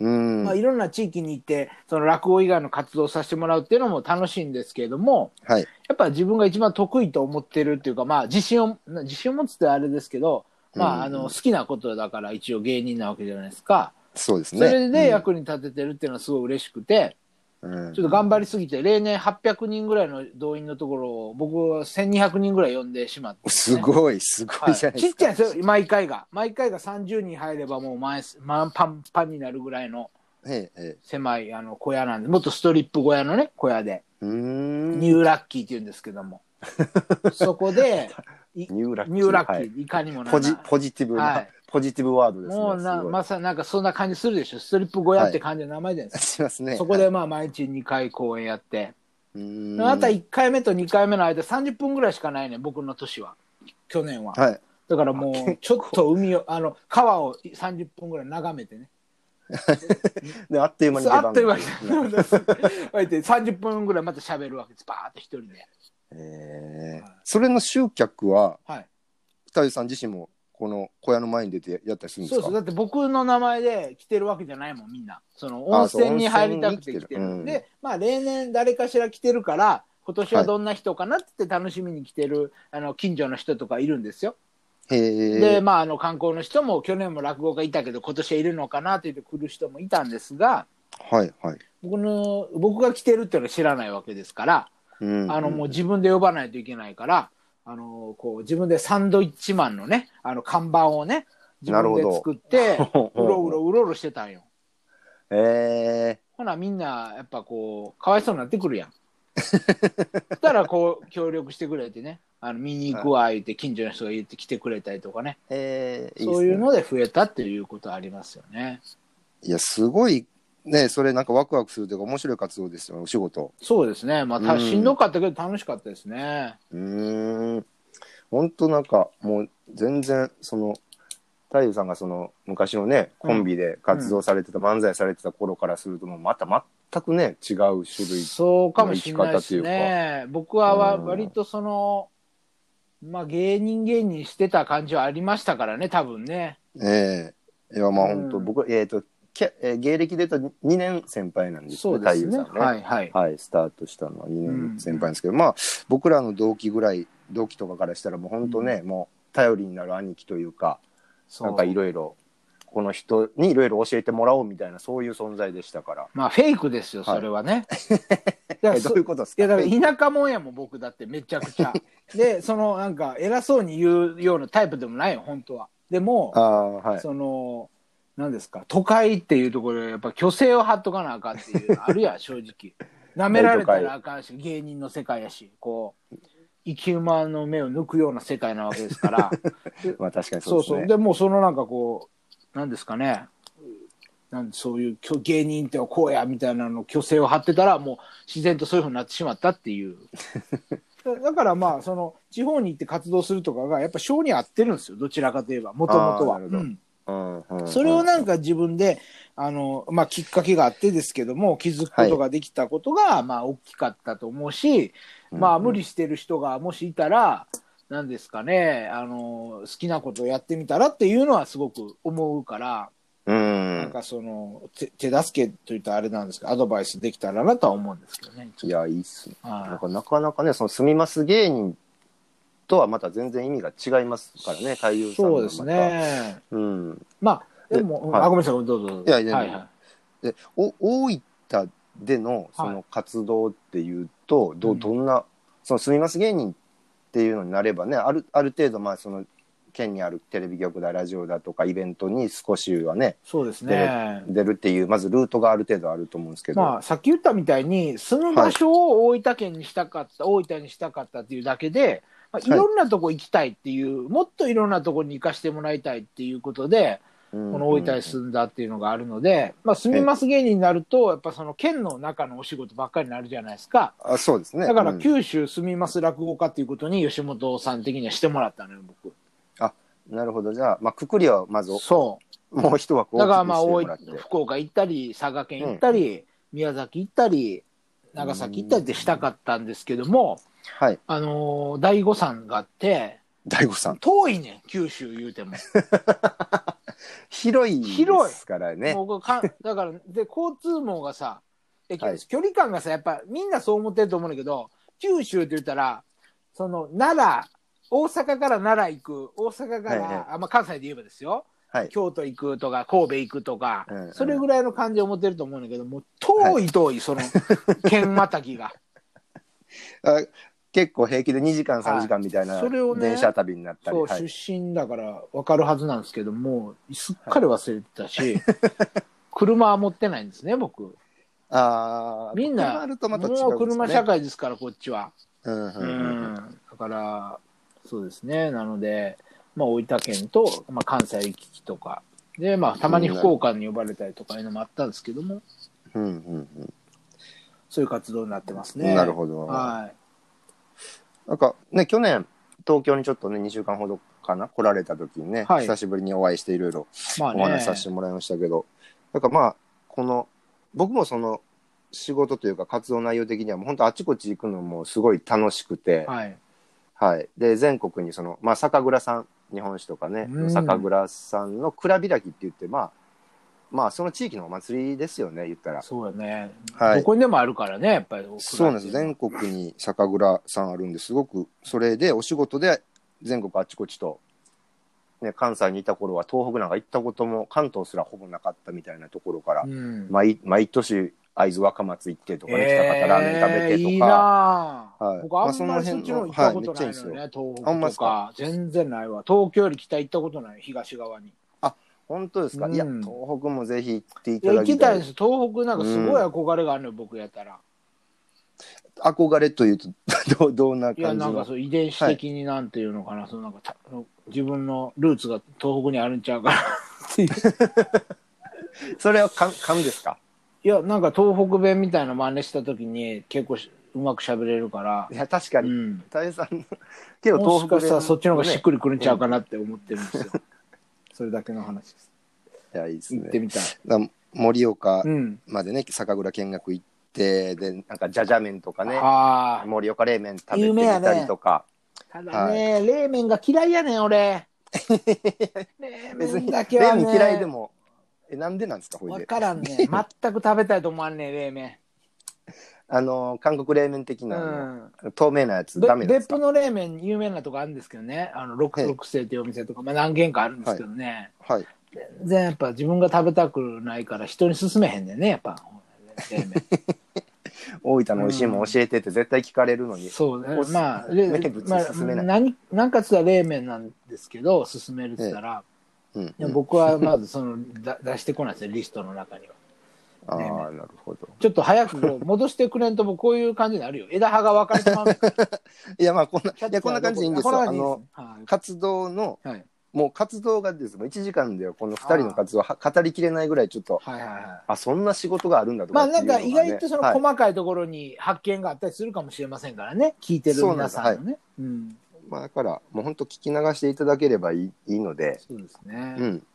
Speaker 1: うん。
Speaker 2: まあ、いろんな地域に行って、その落語以外の活動をさせてもらうっていうのも楽しいんですけれども、
Speaker 1: はい。
Speaker 2: やっぱ自分が一番得意と思ってるっていうか、まあ、自信を、自信を持つってあれですけど、まあ、あ
Speaker 1: うん
Speaker 2: の、好きなことだから一応芸人なわけじゃないですか。
Speaker 1: そうです
Speaker 2: そ
Speaker 1: ね。
Speaker 2: れで役に立ててるっていうのはすごい嬉しくて、
Speaker 1: うん、
Speaker 2: ちょっと頑張りすぎて、例年800人ぐらいの動員のところを、僕は1200人ぐらい呼んでしまって、
Speaker 1: すごい、すご
Speaker 2: はい
Speaker 1: いじゃない
Speaker 2: ち
Speaker 1: で
Speaker 2: っ
Speaker 1: す
Speaker 2: ち
Speaker 1: か。
Speaker 2: ゃいですよ、毎回が。毎回が30人入ればもう前す、まあ、パンパンになるぐらいの
Speaker 1: ええええ
Speaker 2: 狭いあの小屋なんで、もっとストリップ小屋のね、小屋で、
Speaker 1: うーん。
Speaker 2: ニューラッキーって言うんですけ
Speaker 1: *laughs*
Speaker 2: ども。そこで、いニ
Speaker 1: ニューラッキー。
Speaker 2: ューラッキー、、
Speaker 1: はい
Speaker 2: かにもな
Speaker 1: ポジ
Speaker 2: な
Speaker 1: ポジティブな、
Speaker 2: はい
Speaker 1: ポジティブワードですね。
Speaker 2: もうな、
Speaker 1: すごい
Speaker 2: まさになんかそんな感じするでしょ。ストリップ小屋って感じの名前じゃないですか。
Speaker 1: しますね。
Speaker 2: そこでまあ毎日2回公演やって、
Speaker 1: *laughs* うーん
Speaker 2: あなた1回目と2回目の間30分ぐらいしかないね僕の年は去年は、
Speaker 1: はい。
Speaker 2: だからもう、ちょっと海を、あの、川を30分ぐらい眺めてね。
Speaker 1: であっという間に出番
Speaker 2: あっという間に出番が入って30分ぐらいまた喋るわけです。バーって一人で。
Speaker 1: えーそれの集客は
Speaker 2: はい。
Speaker 1: 二人さん自身もこの小屋の前に出てやったりするんで
Speaker 2: そう
Speaker 1: すか
Speaker 2: そう。だって僕の名前で来てるわけじゃないもん、みんな。その、温泉に入りたくて来てる。
Speaker 1: そう温泉に来てるうん
Speaker 2: で、まあ、例年誰かしら来てるから、今年はどんな人かなって言って楽しみに来てる、あの、近所の人とかいるんですよ。
Speaker 1: へ
Speaker 2: で、
Speaker 1: え、
Speaker 2: まあ、あの、観光の人も去年も落語家いたけど、今年はいるのかなって言って来る人もいたんですが、
Speaker 1: はいはい。
Speaker 2: 僕の、僕が来てるっていうのは知らないわけですから、
Speaker 1: うん
Speaker 2: あの、もう自分で呼ばないといけないから、あの、こう、自分でサンドイッチマンのね、あの、看板をね、自
Speaker 1: なる
Speaker 2: 分
Speaker 1: ほど
Speaker 2: で作って、
Speaker 1: ほうほう
Speaker 2: *laughs* うろうろうろうろしてたんよ。
Speaker 1: え
Speaker 2: ほな、みんな、やっぱこう、かわいそうになってくるやん。 *laughs* そしたら、こう、協力してくれてね、あの見に行くわ、言って、近所の人が言って来てくれたりとかね、
Speaker 1: ー、えー、
Speaker 2: そうい
Speaker 1: い
Speaker 2: う
Speaker 1: いっ
Speaker 2: ので増えたっていうことはありますよね。
Speaker 1: すねいや、すごい、ね、それなんかワクワクするというか面白い活動ですよね、お仕事。
Speaker 2: そうですね。まあ、
Speaker 1: う
Speaker 2: た
Speaker 1: ん
Speaker 2: しんどかったけど楽しかったですね。
Speaker 1: うーん。ほんとなんか、もう全然、その、太夫さんがその昔のね、コンビで活動されてた、漫才されてた頃からすると、もうまた全くね、違う種類。
Speaker 2: そうかもしれないですね。僕はわ
Speaker 1: うん
Speaker 2: 割とその、まあ、芸人芸人してた感じはありましたからね、多分ね。
Speaker 1: ええいや、まあ
Speaker 2: うん
Speaker 1: 本当、僕、えっ、と、キャえー芸歴で言うと2年先輩なんです
Speaker 2: そうですね。
Speaker 1: 太夫さんね。
Speaker 2: はいはい。
Speaker 1: はい、スタートしたのは2年先輩ですけど、まあ僕らの同期ぐらい同期とかからしたらもう本当ね、もう頼りになる兄貴というか
Speaker 2: そう
Speaker 1: なんかいろいろこの人にいろいろ教えてもらおうみたいなそういう存在でしたから
Speaker 2: まあ、フェイクですよ、
Speaker 1: はい
Speaker 2: それ
Speaker 1: *laughs*
Speaker 2: はね。だか
Speaker 1: え
Speaker 2: ら
Speaker 1: ど
Speaker 2: そう
Speaker 1: いうことです
Speaker 2: い
Speaker 1: か
Speaker 2: やだから田舎もんやもん僕だってめちゃくちゃでそのなんか偉そうに言うようなタイプでもないよ本当はでも
Speaker 1: ああはい
Speaker 2: その何ですか都会っていうところでやっぱ虚勢を張っとかなあかんっていうのあるやん正
Speaker 1: *laughs*
Speaker 2: 直なめられたらあかんし芸人の世界やしこう生き馬の目を抜くような世界なわけですから
Speaker 1: *laughs* まあ確かにそ
Speaker 2: そうう
Speaker 1: です
Speaker 2: そう
Speaker 1: ね
Speaker 2: でもうそのなんかこう何ですかねなんそういうきょ芸人ってこうやみたいなの虚勢を張ってたらもう自然とそういうふうになってしまったっ
Speaker 1: *laughs*
Speaker 2: ていうだだからまあその地方に行って活動するとかがやっぱ性に合ってるんですよどちらかといえばもとも
Speaker 1: あ
Speaker 2: とは。
Speaker 1: ーなるほど
Speaker 2: うん
Speaker 1: うんうん
Speaker 2: それをなんか自分で、あの、まあ、きっかけがあってですけども、気づくことができたことが、まあ、大きかったと思うし、
Speaker 1: うん
Speaker 2: まあ、
Speaker 1: うん
Speaker 2: 無理してる人がもしいたら、なんですかね、あの、好きなことをやってみたらっていうのはすごく思うから、
Speaker 1: うん
Speaker 2: なんかその、手手助けといったらあれなんですけど、アドバイスできたらなとは思うんですけどね。
Speaker 1: いやいいっすね
Speaker 2: はい
Speaker 1: なんかなかなかねその住みます芸人とはまた全然意味が違いますからね太夫さんがま
Speaker 2: そう
Speaker 1: た
Speaker 2: ですね。
Speaker 1: うん
Speaker 2: まあ、でも、
Speaker 1: で
Speaker 2: うん
Speaker 1: はい
Speaker 2: あ、ごめんなさい、どうぞどうぞ。
Speaker 1: いやいやいや
Speaker 2: はいはい
Speaker 1: でお大分でのそ
Speaker 2: は
Speaker 1: の活動っていうと、ど
Speaker 2: うん
Speaker 1: どんなその住みます芸人っていうのになればねあるある程度まあその県にあるテレビ局だラジオだとかイベントに少しはね
Speaker 2: そうですね。
Speaker 1: 出るっていうまずルートがある程度あると思うんですけど、
Speaker 2: まあ、さっき言ったみたいに、住む場所を大分県にしたかった、大分にしたかったっていうだけで、まあ、い
Speaker 1: はい
Speaker 2: ろんなとこ行きたいっていう、もっといろんなとこに行かしてもらいたいっていうことで、
Speaker 1: うん
Speaker 2: この大分に住んだっていうのがあるので、まあ、住みます芸人になると、やっぱその県の中のお仕事ばっかりになるじゃないですか。
Speaker 1: あそうですね
Speaker 2: だから
Speaker 1: うん
Speaker 2: 九州住みます落語家っていうことに吉本さん的にはしてもらったのよ、僕。
Speaker 1: なるほどじゃあ、まあ、くくりはまず
Speaker 2: そ
Speaker 1: もう一枠
Speaker 2: う。
Speaker 1: 大きく
Speaker 2: だからまあ、
Speaker 1: して
Speaker 2: 大
Speaker 1: もらって
Speaker 2: 分、福岡行ったり、佐賀県行ったり、宮崎行ったり、長崎行ったりってしたかったんですけども、
Speaker 1: はい
Speaker 2: あのー第五山があって、
Speaker 1: 大悟さん
Speaker 2: 遠いねん、九州言うても。
Speaker 1: 広い
Speaker 2: 広い
Speaker 1: ですからね
Speaker 2: も
Speaker 1: *laughs*
Speaker 2: うこれかだから、で、交通網がさ、駅
Speaker 1: はい
Speaker 2: 距離感がさ、やっぱみんなそう思ってると思うんだけど、九州って言ったら、その、奈良、大阪から奈良行く、大阪から、
Speaker 1: はいはい
Speaker 2: あまあ、関西で言えばですよ、
Speaker 1: はい
Speaker 2: 京都行くとか、神戸行くとか、
Speaker 1: うんうん
Speaker 2: それぐらいの感じを持ってると思うんだけど、もう遠い遠い、
Speaker 1: *laughs*
Speaker 2: その、県またぎが。
Speaker 1: あ結構平気で2時間3時間みたいな
Speaker 2: それをね
Speaker 1: 電車旅になったり、
Speaker 2: そう、
Speaker 1: はい
Speaker 2: 出身だから分かるはずなんですけども、すっかり忘れてたし、
Speaker 1: *laughs*
Speaker 2: 車は持ってないんですね、僕。
Speaker 1: ああ、
Speaker 2: みんな、
Speaker 1: 車あるとまた違うんです
Speaker 2: もう車社
Speaker 1: ね。
Speaker 2: 会ですから、こっちは。
Speaker 1: うんうんう
Speaker 2: う
Speaker 1: んうん
Speaker 2: ん。だから、そうですね。なので、まあ、大分県と、まあ、関西行き来とか、で、まあ、たまに福岡に呼ばれたりとかいうのもあったんですけども、
Speaker 1: うんうん
Speaker 2: そういう活動になってます
Speaker 1: うん
Speaker 2: ね。
Speaker 1: なるほど。
Speaker 2: はい。
Speaker 1: なんかね、去年、東京にちょっとね、2週間ほどかな来られた時にね、
Speaker 2: はい
Speaker 1: 久しぶりにお会いしていろいろ
Speaker 2: まあ
Speaker 1: お
Speaker 2: ね。
Speaker 1: 話しさせてもらいましたけど、なんかまあ、この、僕もその仕事というか活動内容的にはもう本当あちこち行くのもすごい楽しくて、
Speaker 2: はい。
Speaker 1: はい。で、全国にその、まあ、酒蔵さん、日本酒とかね、
Speaker 2: うん
Speaker 1: 酒蔵さんの蔵開きって言って、まあ、まあ、その地域のお祭りですよね、言ったら。
Speaker 2: そうやね。
Speaker 1: はい
Speaker 2: どこにでもあるからね、やっぱり。
Speaker 1: そうなんです。全国に酒蔵さんあるんですごく、それでお仕事で全国あちこちと、ね、関西にいた頃は東北なんか行ったことも、関東すらほぼなかったみたいなところから、
Speaker 2: うん。
Speaker 1: 毎毎年会津若松行ってとかね、
Speaker 2: え
Speaker 1: 北方ラーメン食べてとか。
Speaker 2: いいなぁ、
Speaker 1: はい
Speaker 2: 僕あんまりそっちの方行ったことないのよね、
Speaker 1: ま
Speaker 2: 東
Speaker 1: あんまっ
Speaker 2: 北と
Speaker 1: す
Speaker 2: か
Speaker 1: か。
Speaker 2: 全然ないわ。東京より北行ったことない、東側に。
Speaker 1: 本当ですか、
Speaker 2: うん
Speaker 1: いや、東北もぜひ行ってい
Speaker 2: い
Speaker 1: た
Speaker 2: や、
Speaker 1: だ
Speaker 2: 行
Speaker 1: き
Speaker 2: きた
Speaker 1: た
Speaker 2: い
Speaker 1: い
Speaker 2: んです。東北なんかすごい憧れがあるのよ、僕やったら。
Speaker 1: 憧れというとどう *laughs* どんない
Speaker 2: や、
Speaker 1: 感じ
Speaker 2: なん
Speaker 1: の
Speaker 2: かそう、遺伝子的になんていうのかな、そのなんかた自分のルーツが東北にあるんちゃうかな。
Speaker 1: それはか紙ですか
Speaker 2: *laughs* いや、なんか東北弁みたいな真似した時に結構しうまく喋れるから
Speaker 1: い。や確か
Speaker 2: う
Speaker 1: に、
Speaker 2: ん。
Speaker 1: 大変さんのけど東
Speaker 2: もし
Speaker 1: 北
Speaker 2: か
Speaker 1: 弁
Speaker 2: したらそっちの方がしっ
Speaker 1: ね
Speaker 2: くりくるんちゃうかなって思ってるんですよ。それだけの話です。
Speaker 1: いやいいです
Speaker 2: 行
Speaker 1: ね
Speaker 2: ってみたい。
Speaker 1: だ盛岡
Speaker 2: うん。
Speaker 1: までね酒蔵見学行ってでなんかじゃじゃ麺とかね
Speaker 2: ああ。
Speaker 1: 盛岡冷麺食べて
Speaker 2: 有
Speaker 1: み
Speaker 2: 名やね
Speaker 1: たりとか、
Speaker 2: ただね、冷麺が嫌いやねん、俺。冷
Speaker 1: 別
Speaker 2: 麺
Speaker 1: に
Speaker 2: だ
Speaker 1: 冷
Speaker 2: けは、ね、
Speaker 1: 麺嫌いでもえなんでなんですかほい
Speaker 2: 分
Speaker 1: で
Speaker 2: からんね。全く食べたいと思わんねん、冷麺。
Speaker 1: あの韓国冷麺的
Speaker 2: う
Speaker 1: な、あの
Speaker 2: ん。
Speaker 1: 透明なやつ
Speaker 2: べ
Speaker 1: ダメなんです
Speaker 2: 別
Speaker 1: か
Speaker 2: 府の冷麺、有名なとこあるんですけどね。あの、六
Speaker 1: ええ
Speaker 2: 六世っていうお店とか、まあ何軒かあるんですけどね。
Speaker 1: はい
Speaker 2: 全然やっぱ自分が食べたくないから人に勧めへんねんね、や
Speaker 1: *laughs*
Speaker 2: っぱ。冷麺。
Speaker 1: 大分の美味しいもん教えてって絶対聞かれるのに、
Speaker 2: そうね
Speaker 1: おす
Speaker 2: まあ、れ
Speaker 1: 名物
Speaker 2: まあ
Speaker 1: 勧めない
Speaker 2: 何何かつは冷麺なんですけど勧めるって言ったら、
Speaker 1: うん
Speaker 2: でも僕はまずそのだ出してこないですねリストの中には
Speaker 1: ああ
Speaker 2: ね
Speaker 1: なるほど
Speaker 2: ちょっと早くこう戻してくれんともうこういう感じになるよ枝葉が分かれてまう
Speaker 1: *laughs* いやまあこんないやこんな感じでいいんですよ
Speaker 2: あ
Speaker 1: あ
Speaker 2: こんな
Speaker 1: の
Speaker 2: 感じです
Speaker 1: 活動の
Speaker 2: はい
Speaker 1: もう活動がですも1時間ではこの2人の活動は語りきれないぐらいちょっと
Speaker 2: はいはいはいはい
Speaker 1: あそんな仕事があるんだと
Speaker 2: ま
Speaker 1: か
Speaker 2: あ
Speaker 1: ってい
Speaker 2: な
Speaker 1: うんのが
Speaker 2: か
Speaker 1: ね
Speaker 2: 意外とその
Speaker 1: はい
Speaker 2: 細かいところに発見があったりするかもしれませんからね聞いてる皆さんのねうん
Speaker 1: まあ、だからもう本当聞き流していただければいいいいので
Speaker 2: そうですね、
Speaker 1: うん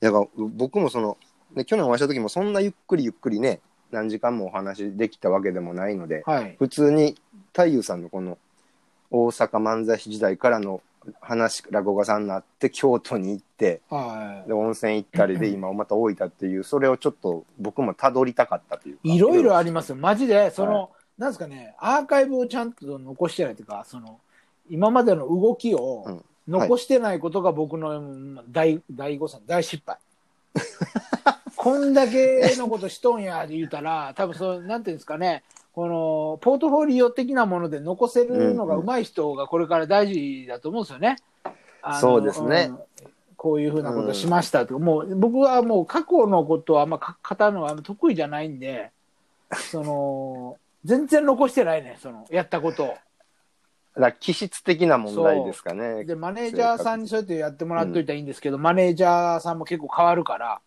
Speaker 1: だから僕もその、ね、去年お会いした時もそんなゆっくりゆっくりね何時間もお話できたわけでもないので
Speaker 2: はい
Speaker 1: 普通に太夫さんのこの大阪漫才師時代からの話落語家さんになって京都に行って
Speaker 2: はい
Speaker 1: で温泉行ったりで今また大分っていうそれをちょっと僕もたどりたかったというか
Speaker 2: いろいろありますよ、マジで、その、なんですかね、アーカイブをちゃんと残してないというか、その、今までの動き
Speaker 1: う
Speaker 2: を
Speaker 1: ん
Speaker 2: 残してないことが僕のうん大大誤算、大失敗。 *laughs* こんだけのことしとんやで言うたら、多分その、なんていうんですかね、このポートフォリオ的なもので残せるのが上手い人がこれから大事だと思うんですよね。あの
Speaker 1: そうですね
Speaker 2: んこういうふうなことしましたとか、もう僕はもう過去のことはあんまか語るのはあんま得意じゃないんで、
Speaker 1: *laughs*
Speaker 2: その、全然残してないね、その、やったことを。
Speaker 1: だから気質的な問題ですかね
Speaker 2: で、マネージャーさんにそうやってやってもらっといたらいいんですけど、マネージャーさんも結構変わるから、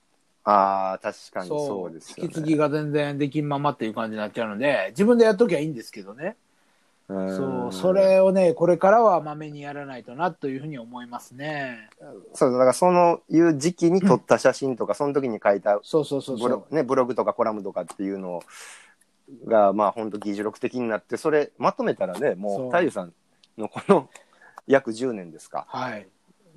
Speaker 1: ああ確かにそうですよね
Speaker 2: 引き継ぎが全然できんままっていう感じになっちゃうので、自分でやっときゃいいんですけどね。
Speaker 1: うん
Speaker 2: そう、それをね、これからはまめにやらないとなというふうに思いますね。
Speaker 1: そうだからそのいう時期に撮った写真とかその時に書いた
Speaker 2: そうそうそうそ
Speaker 1: ブ
Speaker 2: う
Speaker 1: ロ,、。ね、ブログとかコラムとかっていうのがまあ本当議事録的になってそれまとめたらねもう
Speaker 2: そう
Speaker 1: 太夫さんのこの *laughs* 約10年ですか
Speaker 2: はい。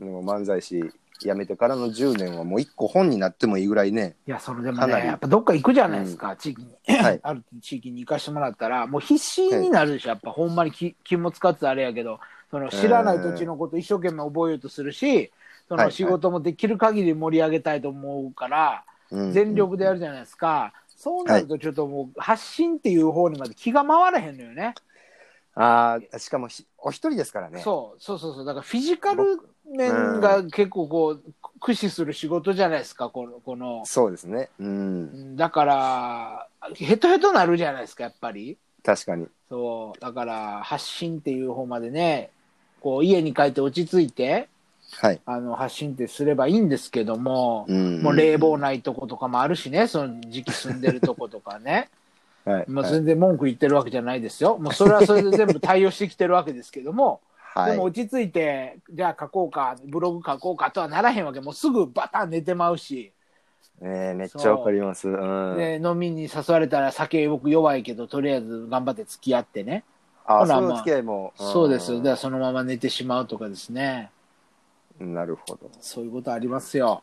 Speaker 1: の漫才師辞めてからの10年はもう一個本になってもいいぐらいね
Speaker 2: いや、それでも
Speaker 1: か
Speaker 2: ね、
Speaker 1: なり
Speaker 2: やっぱどっか行くじゃないですか、地域に、
Speaker 1: はい
Speaker 2: *laughs* ある地域に行かしてもらったら、もう必死になるでしょ、やっぱほんまに気気も使ってあれやけど、その知らない土地のこと一生懸命覚えようとするし、そ
Speaker 1: はい
Speaker 2: の
Speaker 1: はい
Speaker 2: 仕事もできる限り盛り上げたいと思うから、
Speaker 1: うん
Speaker 2: 全力でやるじゃないですか。そうなるとちょっともう発信っていう方にまで気が回らへんのよね。
Speaker 1: ああしかもひお一人ですからね
Speaker 2: そうそうそうそうだからフィジカル面が結構こう駆使する仕事じゃないですかこのこの
Speaker 1: そうですねうん
Speaker 2: だからヘトヘトなるじゃないですかやっぱり
Speaker 1: 確かに
Speaker 2: そうだから発信っていう方までねこう家に帰って落ち着いて
Speaker 1: はい
Speaker 2: あの発信ってすればいいんですけども、
Speaker 1: うん
Speaker 2: もう冷房ないとことかもあるしねその時期住んでるとことかね
Speaker 1: はい
Speaker 2: も
Speaker 1: *laughs*
Speaker 2: う
Speaker 1: はい
Speaker 2: 全然文句言ってるわけじゃないですよもうそれはそれで全部対応してきてるわけですけども
Speaker 1: *laughs* は
Speaker 2: で
Speaker 1: い
Speaker 2: も。落ち着いてじゃあ書こうかブログ書こうかとはならへんわけもうすぐバタン寝てまうし、
Speaker 1: ねえめっちゃわかります。うん。
Speaker 2: で飲みに誘われたら酒僕弱いけどとりあえず頑張って付き合ってね、
Speaker 1: あ、
Speaker 2: ほら
Speaker 1: そういう
Speaker 2: まあ
Speaker 1: お付き合いも。ん
Speaker 2: そうですだからそのまま寝てしまうとかですね
Speaker 1: なるほど。
Speaker 2: そういうことありますよ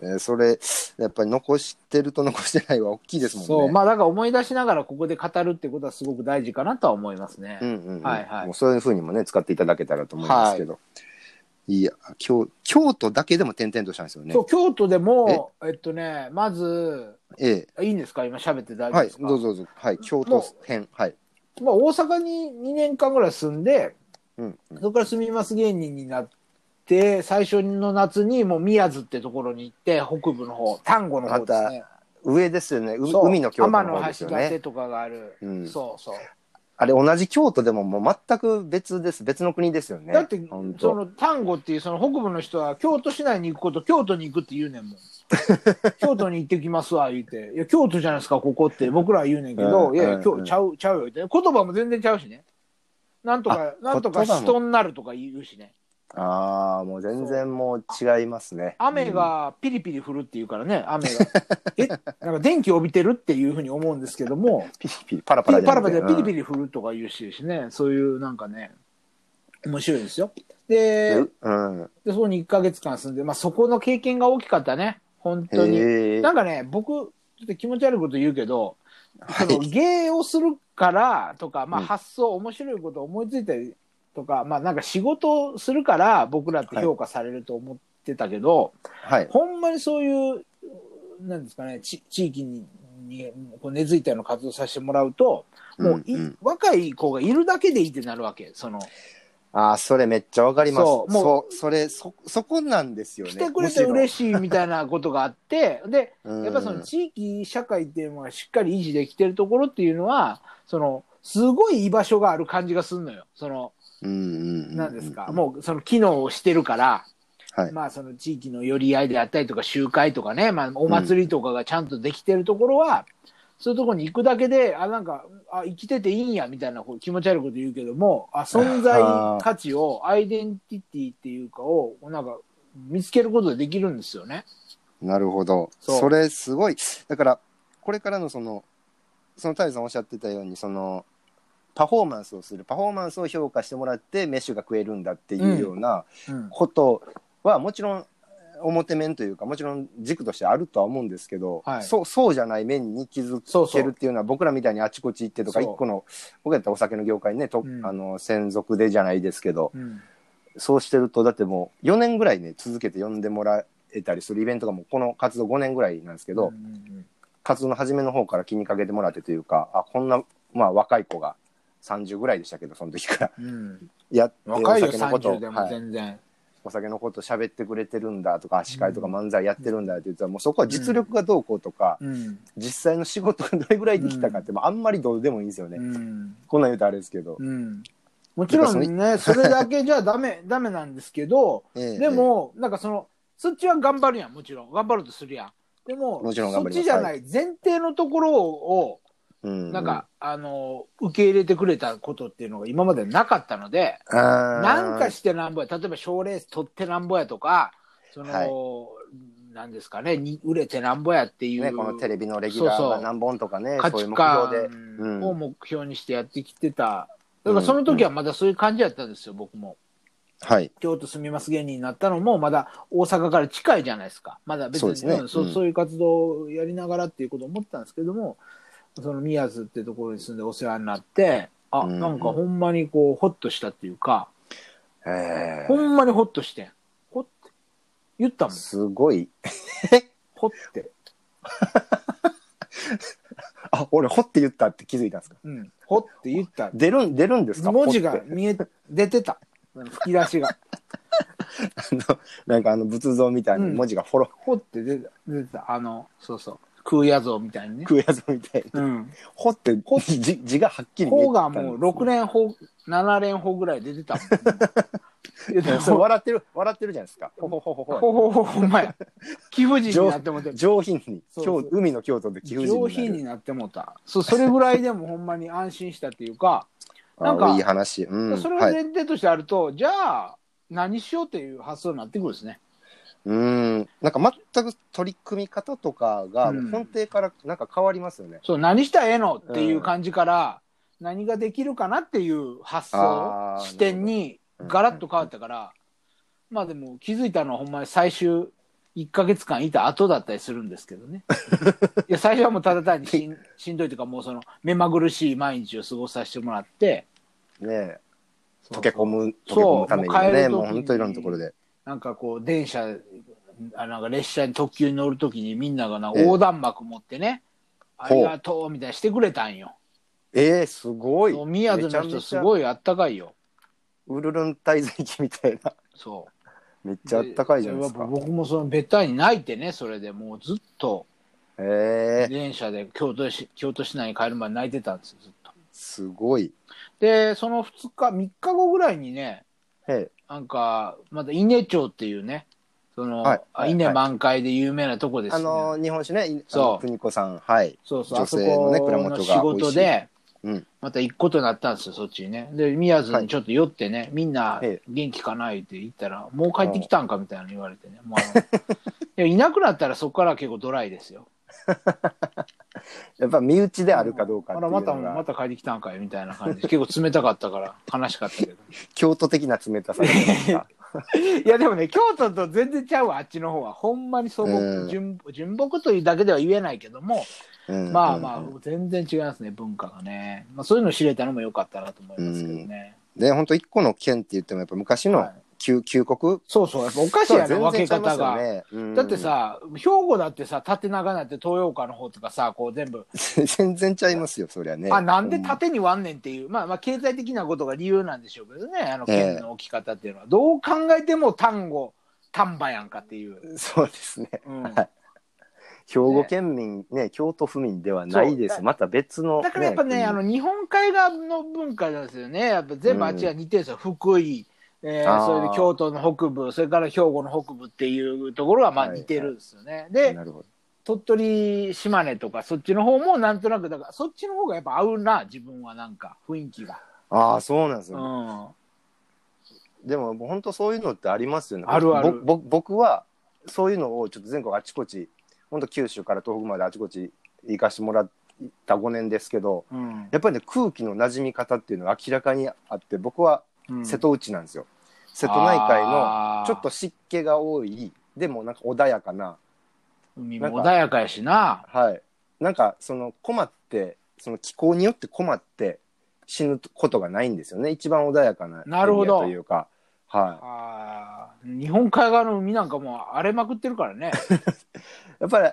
Speaker 1: えーそれ、やっぱり残してると残してないは大きいですもんね。
Speaker 2: そうまあだから思い出しながらここで語るってことはすごく大事かなとは思いますね、
Speaker 1: うんうんうん
Speaker 2: はいはい
Speaker 1: もうそういうふうにもね、使っていただけたらと思いますけど。い、や、京、京都だけでも点々としたんですよね
Speaker 2: そ。う京都でもえっとねまず
Speaker 1: え
Speaker 2: いいんですか今喋って
Speaker 1: え
Speaker 2: 大丈夫
Speaker 1: は
Speaker 2: で
Speaker 1: い、
Speaker 2: すか、
Speaker 1: どうぞどうぞ。はい、京都編。はい。
Speaker 2: まあ、大阪に2年間ぐらい住んで
Speaker 1: うんうん。
Speaker 2: そこから住みます芸人になって最初の夏にもう宮津ってところに行って北部の方丹後の方ですね
Speaker 1: 上ですよね。う
Speaker 2: そう
Speaker 1: 海の京都の方
Speaker 2: 天
Speaker 1: です
Speaker 2: 橋
Speaker 1: よ
Speaker 2: 立
Speaker 1: ね。
Speaker 2: とかがある、
Speaker 1: うん
Speaker 2: そうそう、
Speaker 1: あれ、同じ京都でももう全く別です。別の国ですよね。
Speaker 2: だって
Speaker 1: 本当
Speaker 2: その丹後っていうその北部の人は京都市内に行くこと京都に行くって言うねん
Speaker 1: *laughs*
Speaker 2: もん京都に行ってきますわ言うて「いや京都じゃないですかここ」って僕らは言うねんけど「
Speaker 1: うん
Speaker 2: いやいや
Speaker 1: うん
Speaker 2: 今日ちゃうちゃうよ」言うて言葉も全然ちゃうしねなんとか
Speaker 1: あ
Speaker 2: なんとか
Speaker 1: 言葉も
Speaker 2: 人になるとか言うしね
Speaker 1: ああ、もう全然もう違いますね。
Speaker 2: 雨がピリピリ降るっていうからね、雨が。え、なんか電気帯びてるっていうふうに思うんですけども、
Speaker 1: ピリピリ、パラ
Speaker 2: ピ
Speaker 1: パラ
Speaker 2: リパラパラ
Speaker 1: じゃ
Speaker 2: で
Speaker 1: な
Speaker 2: ピ
Speaker 1: くて
Speaker 2: リピリ降るとか言うしね、そういうなんかね、面白いですよ。で
Speaker 1: う、んうん。
Speaker 2: でそこに1ヶ月間住んで、まあそこの経験が大きかったね、本当に。
Speaker 1: へえ
Speaker 2: な。んかね、僕、ちょっと気持ち悪いこと言うけど、
Speaker 1: は
Speaker 2: その
Speaker 1: い。
Speaker 2: 芸をするからとか、まあ
Speaker 1: うん
Speaker 2: 発想、面白いこと思いついたりとか、まあなんか仕事をするから僕らって評価されると思ってたけど、
Speaker 1: はい。
Speaker 2: ほんまにそういう、なんですかね、ち地域ににこう根付いたような活動させてもらうと、もうい、
Speaker 1: んん
Speaker 2: 若い子がいるだけでいいってなるわけ。その、
Speaker 1: ああ、それめっちゃわかります。
Speaker 2: そ
Speaker 1: そうう、
Speaker 2: も
Speaker 1: それ、そ、そこなんですよね。
Speaker 2: 来てくれて
Speaker 1: し
Speaker 2: 嬉しいみたいなことがあって、で、
Speaker 1: い。うん
Speaker 2: やっぱその地域社会っていうのがしっかり維持できてるところっていうのは、その、すごい居場所がある感じがするのよ。その、
Speaker 1: うん
Speaker 2: なんですか、
Speaker 1: う
Speaker 2: もうその機能をしてるから、
Speaker 1: はい
Speaker 2: まあその地域の寄り合いであったりとか集会とかね、まあお祭りとかがちゃんとできてるところは、そういうところに行くだけで、あ、なんか、あ、生きてていいんや、みたいなこう気持ち悪いこと言うけども、あ、存在価値
Speaker 1: *laughs*
Speaker 2: を、アイデンティティっていうかを、なんか、見つけることができるんですよね。
Speaker 1: ん。なるほど。
Speaker 2: そう
Speaker 1: それすごい。だから、これからのその、その太陽さんおっしゃってたように、その、パフォーマンスをする、パフォーマンスを評価してもらって、メッシュが食えるんだっていうような
Speaker 2: うん。
Speaker 1: ことは、もちろん、表面というか、もちろん軸としてあるとは思うんですけど、
Speaker 2: はい
Speaker 1: そう、そうじゃない面に気づく
Speaker 2: そう
Speaker 1: い
Speaker 2: そ
Speaker 1: けるっ
Speaker 2: う。
Speaker 1: ていうのは僕らみたいにあちこち行ってとか
Speaker 2: そう
Speaker 1: 一個の僕やったらお酒の業界にねと、
Speaker 2: うん
Speaker 1: あの専属でじゃないですけど
Speaker 2: うん、
Speaker 1: そうしてるとだってもう4年ぐらいね続けて呼んでもらえたりするイベントがもうこの活動5年ぐらいなんですけど、
Speaker 2: うんうん
Speaker 1: 活動の初めの方から気にかけてもらってというかあこんな、まあ、若い子が30ぐらいでしたけどその時
Speaker 2: *laughs*
Speaker 1: から
Speaker 2: うんうん
Speaker 1: やって
Speaker 2: 若いよ、
Speaker 1: お酒のこと
Speaker 2: 30でも
Speaker 1: はい
Speaker 2: 全然。
Speaker 1: お酒のこと喋ってくれてるんだとか司会とか漫才やってるんだって言ってたらもうそこは実力がどうこうとか、
Speaker 2: うん。
Speaker 1: 実際の仕事がどれぐらいできたかって、もうあんまりどうでもいいんですよね。
Speaker 2: うん。
Speaker 1: こんなん言うとあれですけど。
Speaker 2: うんもちろんね、 *laughs* それだけじゃダメ、 *laughs* ダメなんですけど、
Speaker 1: ええ
Speaker 2: で、も、なんかその、そっちは頑張るやん、もちろん。頑張るとするやん。でも、
Speaker 1: もちろん頑張ります
Speaker 2: そっちじゃない、前提のところを、
Speaker 1: ええうん、
Speaker 2: なんか、あの、受け入れてくれたことっていうのが今までなかったので、
Speaker 1: うん、あー
Speaker 2: なんかしてなんぼや、例えば賞レース取ってなんぼやとか、その、
Speaker 1: はい
Speaker 2: なんですかね、に売れてなんぼやっていう。
Speaker 1: ね、このテレビのレギュラーが何本とかね、そ
Speaker 2: 価
Speaker 1: ういう
Speaker 2: 値
Speaker 1: 目
Speaker 2: 観
Speaker 1: 標で。うん
Speaker 2: を目標にしてやってきてた。だからその時はまだそういう感じだったんですよ、僕も。
Speaker 1: はい。
Speaker 2: 京都住みます芸人になったのも、まだ大阪から近いじゃないですか。まだ別
Speaker 1: そう
Speaker 2: に
Speaker 1: ですね
Speaker 2: んそう
Speaker 1: うん
Speaker 2: そういう活動をやりながらっていうことを思ってたんですけども、その宮津ってところに住んでお世話になって、あ、
Speaker 1: うん
Speaker 2: なんかほんまにこう、ほっとしたっていうか、
Speaker 1: え
Speaker 2: ほんまにほっとしてん。ほって。言った
Speaker 1: ー、
Speaker 2: もん。
Speaker 1: すごい。
Speaker 2: ほって。
Speaker 1: あ、俺、ほって言ったって気づいたんですか
Speaker 2: うん。ほって言った。
Speaker 1: 出るん、出るんですか
Speaker 2: 文字
Speaker 1: ほっ
Speaker 2: が
Speaker 1: て *laughs*
Speaker 2: 見え、出てた。吹き出しが。
Speaker 1: あのなんかあの仏像みたいに
Speaker 2: うん
Speaker 1: 文字がフォロ
Speaker 2: ほって出て出てた。あの、そうそう。空野像みたいにね。
Speaker 1: 食うやつみたいに。
Speaker 2: うん。
Speaker 1: ほって、字字がはっきり見え
Speaker 2: ほ
Speaker 1: て
Speaker 2: う
Speaker 1: た
Speaker 2: が
Speaker 1: んですね
Speaker 2: もう6連ほ、7連ほぐらい出てた
Speaker 1: *laughs*
Speaker 2: もん。いや
Speaker 1: いや *laughs* それ笑ってる、笑ってるじゃないですか。ほほほほ
Speaker 2: ほ
Speaker 1: ほ。
Speaker 2: ほほほ、お前。貴婦人になってもうて。
Speaker 1: 上品に、
Speaker 2: そうそう
Speaker 1: 京海の京都で貴婦人になる。
Speaker 2: 上品になってもうた。そう、それぐらいでもほんまに安心したっていうか、
Speaker 1: あ
Speaker 2: なんか
Speaker 1: いい話。うん。
Speaker 2: それ
Speaker 1: は
Speaker 2: が
Speaker 1: い。
Speaker 2: 前提としてあると、じゃあ、何しようっていう発想になってくるんですね。
Speaker 1: うん。なんか全く取り組み方とかが、
Speaker 2: うん
Speaker 1: 根底からなんか変わりますよね。
Speaker 2: そう、何したらええのっていう感じから、何ができるかなっていう発
Speaker 1: あ
Speaker 2: 想、
Speaker 1: ー
Speaker 2: 視点に
Speaker 1: なるほどうん
Speaker 2: ガラッと変わったから、まあでも気づいたのはほんまに最終1ヶ月間いた後だったりするんですけ
Speaker 1: *laughs*
Speaker 2: どね。いや、最初はもうただ単にしんしんどいというか、もうその目まぐるしい毎日を過ごさせてもらって、
Speaker 1: ねえ溶け込む、溶け込
Speaker 2: そう
Speaker 1: むために
Speaker 2: もう帰る
Speaker 1: ね、
Speaker 2: 時に
Speaker 1: もう本当いろんなところで。
Speaker 2: なんかこう、電車、あなんか列車に特急に乗るときにみんながな、
Speaker 1: ええ
Speaker 2: 横断幕持ってね、あ
Speaker 1: ほう
Speaker 2: りがとうみたいなしてくれたんよ。
Speaker 1: ええすごい
Speaker 2: そう。宮津の人す
Speaker 1: い。
Speaker 2: ごいあったかいよ。
Speaker 1: ウルルン滞在期みたいな。 *laughs*
Speaker 2: そう。
Speaker 1: めっちゃあったかいじゃないです
Speaker 2: で
Speaker 1: か。
Speaker 2: 僕もそのべったに泣いてね、それでもうずっと
Speaker 1: ええ
Speaker 2: 電車で京都市京都市内に帰るまで泣いてたんですよ、ずっと。
Speaker 1: すごい。
Speaker 2: で、その2日、3日後ぐらいにね、
Speaker 1: え
Speaker 2: なんか、また稲町っていうね、その、
Speaker 1: はい
Speaker 2: あ
Speaker 1: はい
Speaker 2: 稲満開で有名なとこで
Speaker 1: え
Speaker 2: す
Speaker 1: あ
Speaker 2: ね。
Speaker 1: のー日本酒ね、いあ
Speaker 2: そう
Speaker 1: の邦子さん、はい。
Speaker 2: そうそう、
Speaker 1: 女
Speaker 2: あそ
Speaker 1: 性のね
Speaker 2: この仕
Speaker 1: 蔵元が美味しい
Speaker 2: 事で、
Speaker 1: うん
Speaker 2: また行くことになったんですよ、そっちにね。で、宮津にちょっと寄ってね、みんな
Speaker 1: ええ
Speaker 2: 元気かないって言ったら、もう帰ってきたんかみたいなの言われてね。も
Speaker 1: *laughs*
Speaker 2: うあのでもいなくなったらそこからは結構ドライですよ。
Speaker 1: やっぱ身内であるかどうかっていうの
Speaker 2: あら、また、ま
Speaker 1: が、
Speaker 2: た帰ってきたんかいみたい
Speaker 1: *laughs*
Speaker 2: な感じで、結構冷たかったから、悲しかったけど。
Speaker 1: 京都的な冷たさじゃないです
Speaker 2: *laughs*
Speaker 1: か
Speaker 2: いや、でもね、 *laughs* 京都と全然ちゃうわ、あっちの方は。ほんまに素
Speaker 1: う
Speaker 2: 朴、
Speaker 1: ん
Speaker 2: 純純朴というだけでは言えないけども、
Speaker 1: うん
Speaker 2: まあまあ
Speaker 1: うん、
Speaker 2: 全然違いますね、文化がね。まあ、そういうの知れたのも良かったなと思いますけどね。
Speaker 1: で、本当一個の県って言っても、やっぱ昔
Speaker 2: は
Speaker 1: の
Speaker 2: い
Speaker 1: 旧旧国
Speaker 2: そうそう、やっぱおかしい
Speaker 1: と
Speaker 2: や
Speaker 1: は全然
Speaker 2: ね、分け
Speaker 1: 違いま
Speaker 2: 方
Speaker 1: すよ
Speaker 2: が。
Speaker 1: ね。うん
Speaker 2: だって、さ、兵庫だってさ、縦長なんて東洋館の方とかさ、こう全部、
Speaker 1: *laughs* 全然ちゃいますよ、そりゃね。
Speaker 2: あ、なんで縦に割んねんっていう、まあまあ、経済的なことが理由なんでしょうけどね、あの
Speaker 1: ええ
Speaker 2: 県の置き方っていうのは。どう考えても単語、丹波やんかっていう。
Speaker 1: *laughs* そうですね。
Speaker 2: うん
Speaker 1: はい兵庫県民、ね、京都府民ではないで
Speaker 2: そ
Speaker 1: す。
Speaker 2: う
Speaker 1: また別の。
Speaker 2: だからやっぱね、
Speaker 1: 国
Speaker 2: あの日本海側の文化なんですよね、やっぱ全部あっちが似てるんですよ、福井、えー
Speaker 1: あー
Speaker 2: それで京都の北部、それから兵庫の北部っていうところはまあ
Speaker 1: はい
Speaker 2: 似てるんですよね、で
Speaker 1: なるほど。
Speaker 2: 鳥取、島根とか、そっちの方もなんとなく、だからそっちの方がやっぱ合うな、自分はなんか、雰囲気が。
Speaker 1: ああ、そうなんです
Speaker 2: う
Speaker 1: よ。
Speaker 2: ん、
Speaker 1: でももう本当そういうのってありますよね。
Speaker 2: あるある
Speaker 1: ぼぼ僕はそういうのをちょっと全国あちこち本当九州から東北まであちこち行かしてもらった5年ですけど
Speaker 2: うん
Speaker 1: やっぱりね空気の馴染み方っていうのが明らかにあって僕は
Speaker 2: うん
Speaker 1: 瀬戸内なんですよ。瀬戸内海の
Speaker 2: あー
Speaker 1: ちょっと湿気が多いでもなんか穏やかな
Speaker 2: 海も穏やかやしな。
Speaker 1: はいなんかその困ってその気候によって困って死ぬことがないんですよね一番穏やかなエリ
Speaker 2: な
Speaker 1: ア
Speaker 2: るほど
Speaker 1: というか。はい、
Speaker 2: あー日本海側の海なんかもう荒れまくってるからね。
Speaker 1: やっぱり、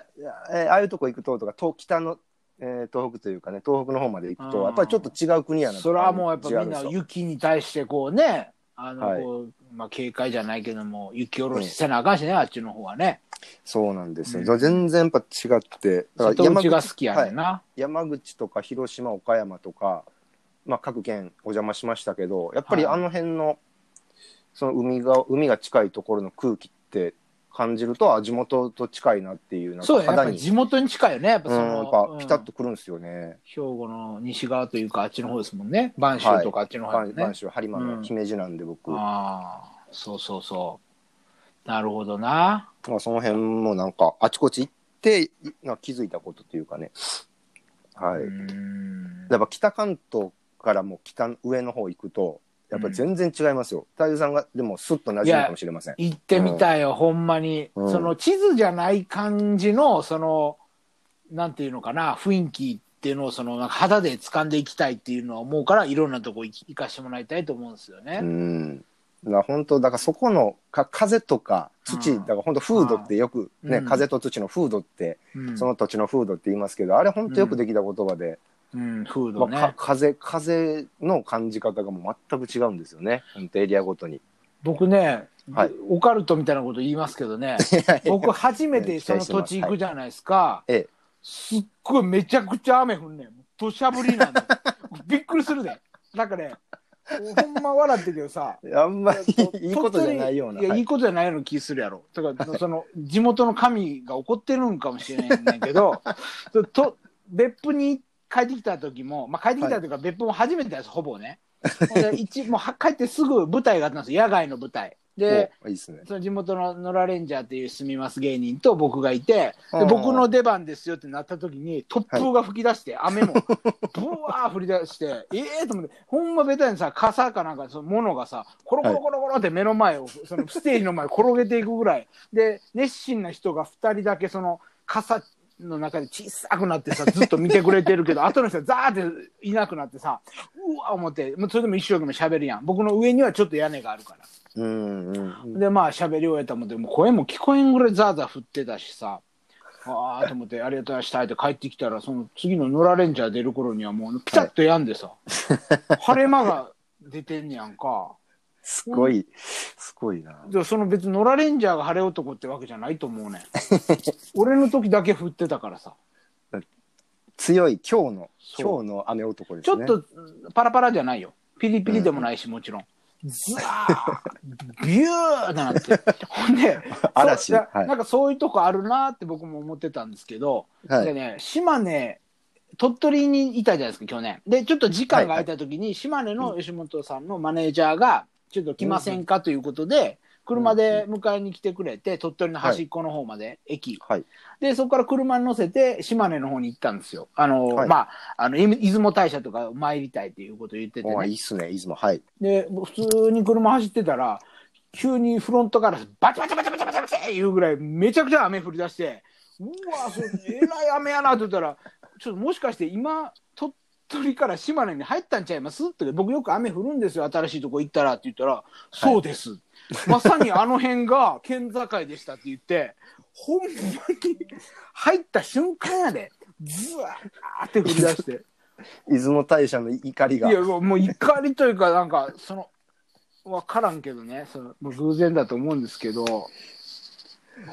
Speaker 1: えーああいうとこ行くととか東北の、えー東北というかね東北の方まで行く
Speaker 2: うん
Speaker 1: とやっぱりちょっと違う国やな
Speaker 2: それはもうやっぱみんな
Speaker 1: 違うでしょ
Speaker 2: 雪に対してこうね、あの
Speaker 1: はい
Speaker 2: こう、まあ警戒じゃないけども、雪下ろしせなあかんしね、あっちの方はね。
Speaker 1: そうなんですよ、
Speaker 2: うん
Speaker 1: 全然やっぱ違って
Speaker 2: 瀬
Speaker 1: だか
Speaker 2: 戸
Speaker 1: ら山
Speaker 2: 内
Speaker 1: 口
Speaker 2: が好きやねんな。
Speaker 1: 山口とか広島岡山とか、まあ、各県お邪魔しましたけどやっぱり
Speaker 2: は
Speaker 1: あ
Speaker 2: い
Speaker 1: の辺の,、その海が海が近いところの空気って感じるとあ地元と近いなっていうなん
Speaker 2: そう
Speaker 1: か
Speaker 2: やね、やっ
Speaker 1: 肌
Speaker 2: ぱ
Speaker 1: に
Speaker 2: 地元に近いよね、やっぱ
Speaker 1: うん
Speaker 2: そ
Speaker 1: やっ
Speaker 2: の、
Speaker 1: ぱ
Speaker 2: うん
Speaker 1: ピタッとくるんですよね。
Speaker 2: 兵庫の西側というか、あっちの方ですもんね。播州とかあっちの方
Speaker 1: 播
Speaker 2: ですね。
Speaker 1: 播州播磨の姫路なんで僕、
Speaker 2: ああ、そうそうそう。なるほどな。
Speaker 1: まあ、その辺もなんかあちこち行っていなんか気づいたことというかねはいう
Speaker 2: ーん
Speaker 1: やっぱ北関東からも北の上の方行くとやっぱり全然違いますよ、太陽さんがでもスッと馴染むかもしれません
Speaker 2: 行ってみたいよ、ほんまに、
Speaker 1: うん
Speaker 2: その地図じゃない感じのそのなんていうのかな雰囲気っていうのをそのなんか肌で掴んでいきたいっていうのは思うからいろんなとこ行き行かしてもらいたいと思うんですよね、
Speaker 1: うんだから本当だからそこのか風とか土、
Speaker 2: うん
Speaker 1: だから本当風土ってよくね、
Speaker 2: うん
Speaker 1: 風と土の風土って、
Speaker 2: うん
Speaker 1: その土地の風土って言いますけどあれ本当よくできた言葉で、
Speaker 2: うん、フー
Speaker 1: ま
Speaker 2: ド
Speaker 1: あ
Speaker 2: ね、
Speaker 1: か風風の感じ方がもう全く違うんですよね本当エリアごとに。
Speaker 2: 僕ね、
Speaker 1: はい
Speaker 2: オカルトみたいなこと言いますけ
Speaker 1: *laughs*
Speaker 2: どね僕初めてその土地行くじゃないですか、
Speaker 1: ええ
Speaker 2: すっごいめちゃくちゃ雨降んねん土砂降りな
Speaker 1: *laughs*
Speaker 2: んでびっくりするでなんかねほんま笑ってるけどさ
Speaker 1: あんまり *laughs* いいことじゃないような。
Speaker 2: いや、
Speaker 1: はいい
Speaker 2: いことじゃないような気するやろ。だから、その、 *laughs* 地元の神が怒ってるんかもしれないんだけど、 *laughs* と、別府に帰ってきた時も、まあ、帰ってきたというか、別府も初めてです、ほぼね。
Speaker 1: *laughs*
Speaker 2: ほんで一もうは帰ってすぐ舞台があったんですよ野外の舞台で
Speaker 1: おいいっすね。
Speaker 2: その地元の野良レンジャーっていう住みます芸人と僕がいて
Speaker 1: う
Speaker 2: で
Speaker 1: ん
Speaker 2: 僕の出番ですよってなった時に突風が吹き出して雨もブワー降り出して *laughs* ええと思ってほんまベタにさ傘かなんかそのものがさコロコロコロコロって目の前をそのステージの前を転げていくぐらいで熱心な人が2人だけその傘の中で小さくなってさずっと見てくれてる
Speaker 1: *laughs*
Speaker 2: けど後の人はザーっていなくなってさうわ思ってもうそれでも一生懸命喋るやん僕の上にはちょっと屋根があるから。
Speaker 1: うんうん。
Speaker 2: でまあ喋り終えたもんでもう声も聞こえんぐらいザーザー振ってたしさああと思ってありがとうございましたって帰ってきたらその次の野良レンジャー出る頃にはもうピタッとやんでさ、晴れ間が出てんねやんか
Speaker 1: すごい、すごいな。
Speaker 2: でその別に野良レンジャーが晴れ男ってわけじゃないと思うねん俺の時だけ振ってたからさ
Speaker 1: 強い、今日の、
Speaker 2: そ
Speaker 1: 今
Speaker 2: う
Speaker 1: 日の雨男で
Speaker 2: ちょ
Speaker 1: す
Speaker 2: っ
Speaker 1: ね。
Speaker 2: とうんパラパラじゃないよピリピリでもないしもちろん。ズワービューってなっ
Speaker 1: *laughs*
Speaker 2: てほんで
Speaker 1: 嵐
Speaker 2: そう
Speaker 1: はい
Speaker 2: なんかそういうとこあるなって僕も思ってたんですけど、
Speaker 1: は
Speaker 2: で
Speaker 1: い。
Speaker 2: ね、島根、鳥取にいたじゃないですか、去年。で、ちょっと時間が空いた時に、島根の吉本さんのマネージャーが、ちょっと来ませんかということで、車で迎えに来てくれて、鳥取の端っこの方まで、駅。
Speaker 1: はい。
Speaker 2: で、そこから車に乗せて、島根の方に行ったんですよ。あの、
Speaker 1: はい
Speaker 2: まあ、あの、い出雲大社とか参りたいっていうことを言ってて、
Speaker 1: おーい
Speaker 2: ね
Speaker 1: い、っすね、出雲。はい。
Speaker 2: で、普通に車走ってたら、急にフロントからバチバチバチバチバチバチっていうぐらいめちゃくちゃ雨降り出して、うわ、それえらい雨やなって言ったら、ちょっともしかして今、鳥取から島根に入ったんちゃいますって、僕よく雨降るんですよ、新しいとこ行ったらって言ったら、そうです。まさにあの辺が県境でしたって言って、ほんまに入った瞬間やで、ずわーって降り出して。
Speaker 1: 出雲大社の怒りが
Speaker 2: い。やもうもう怒りというかなんかその分からんけどねそのもう偶然だと思うんですけど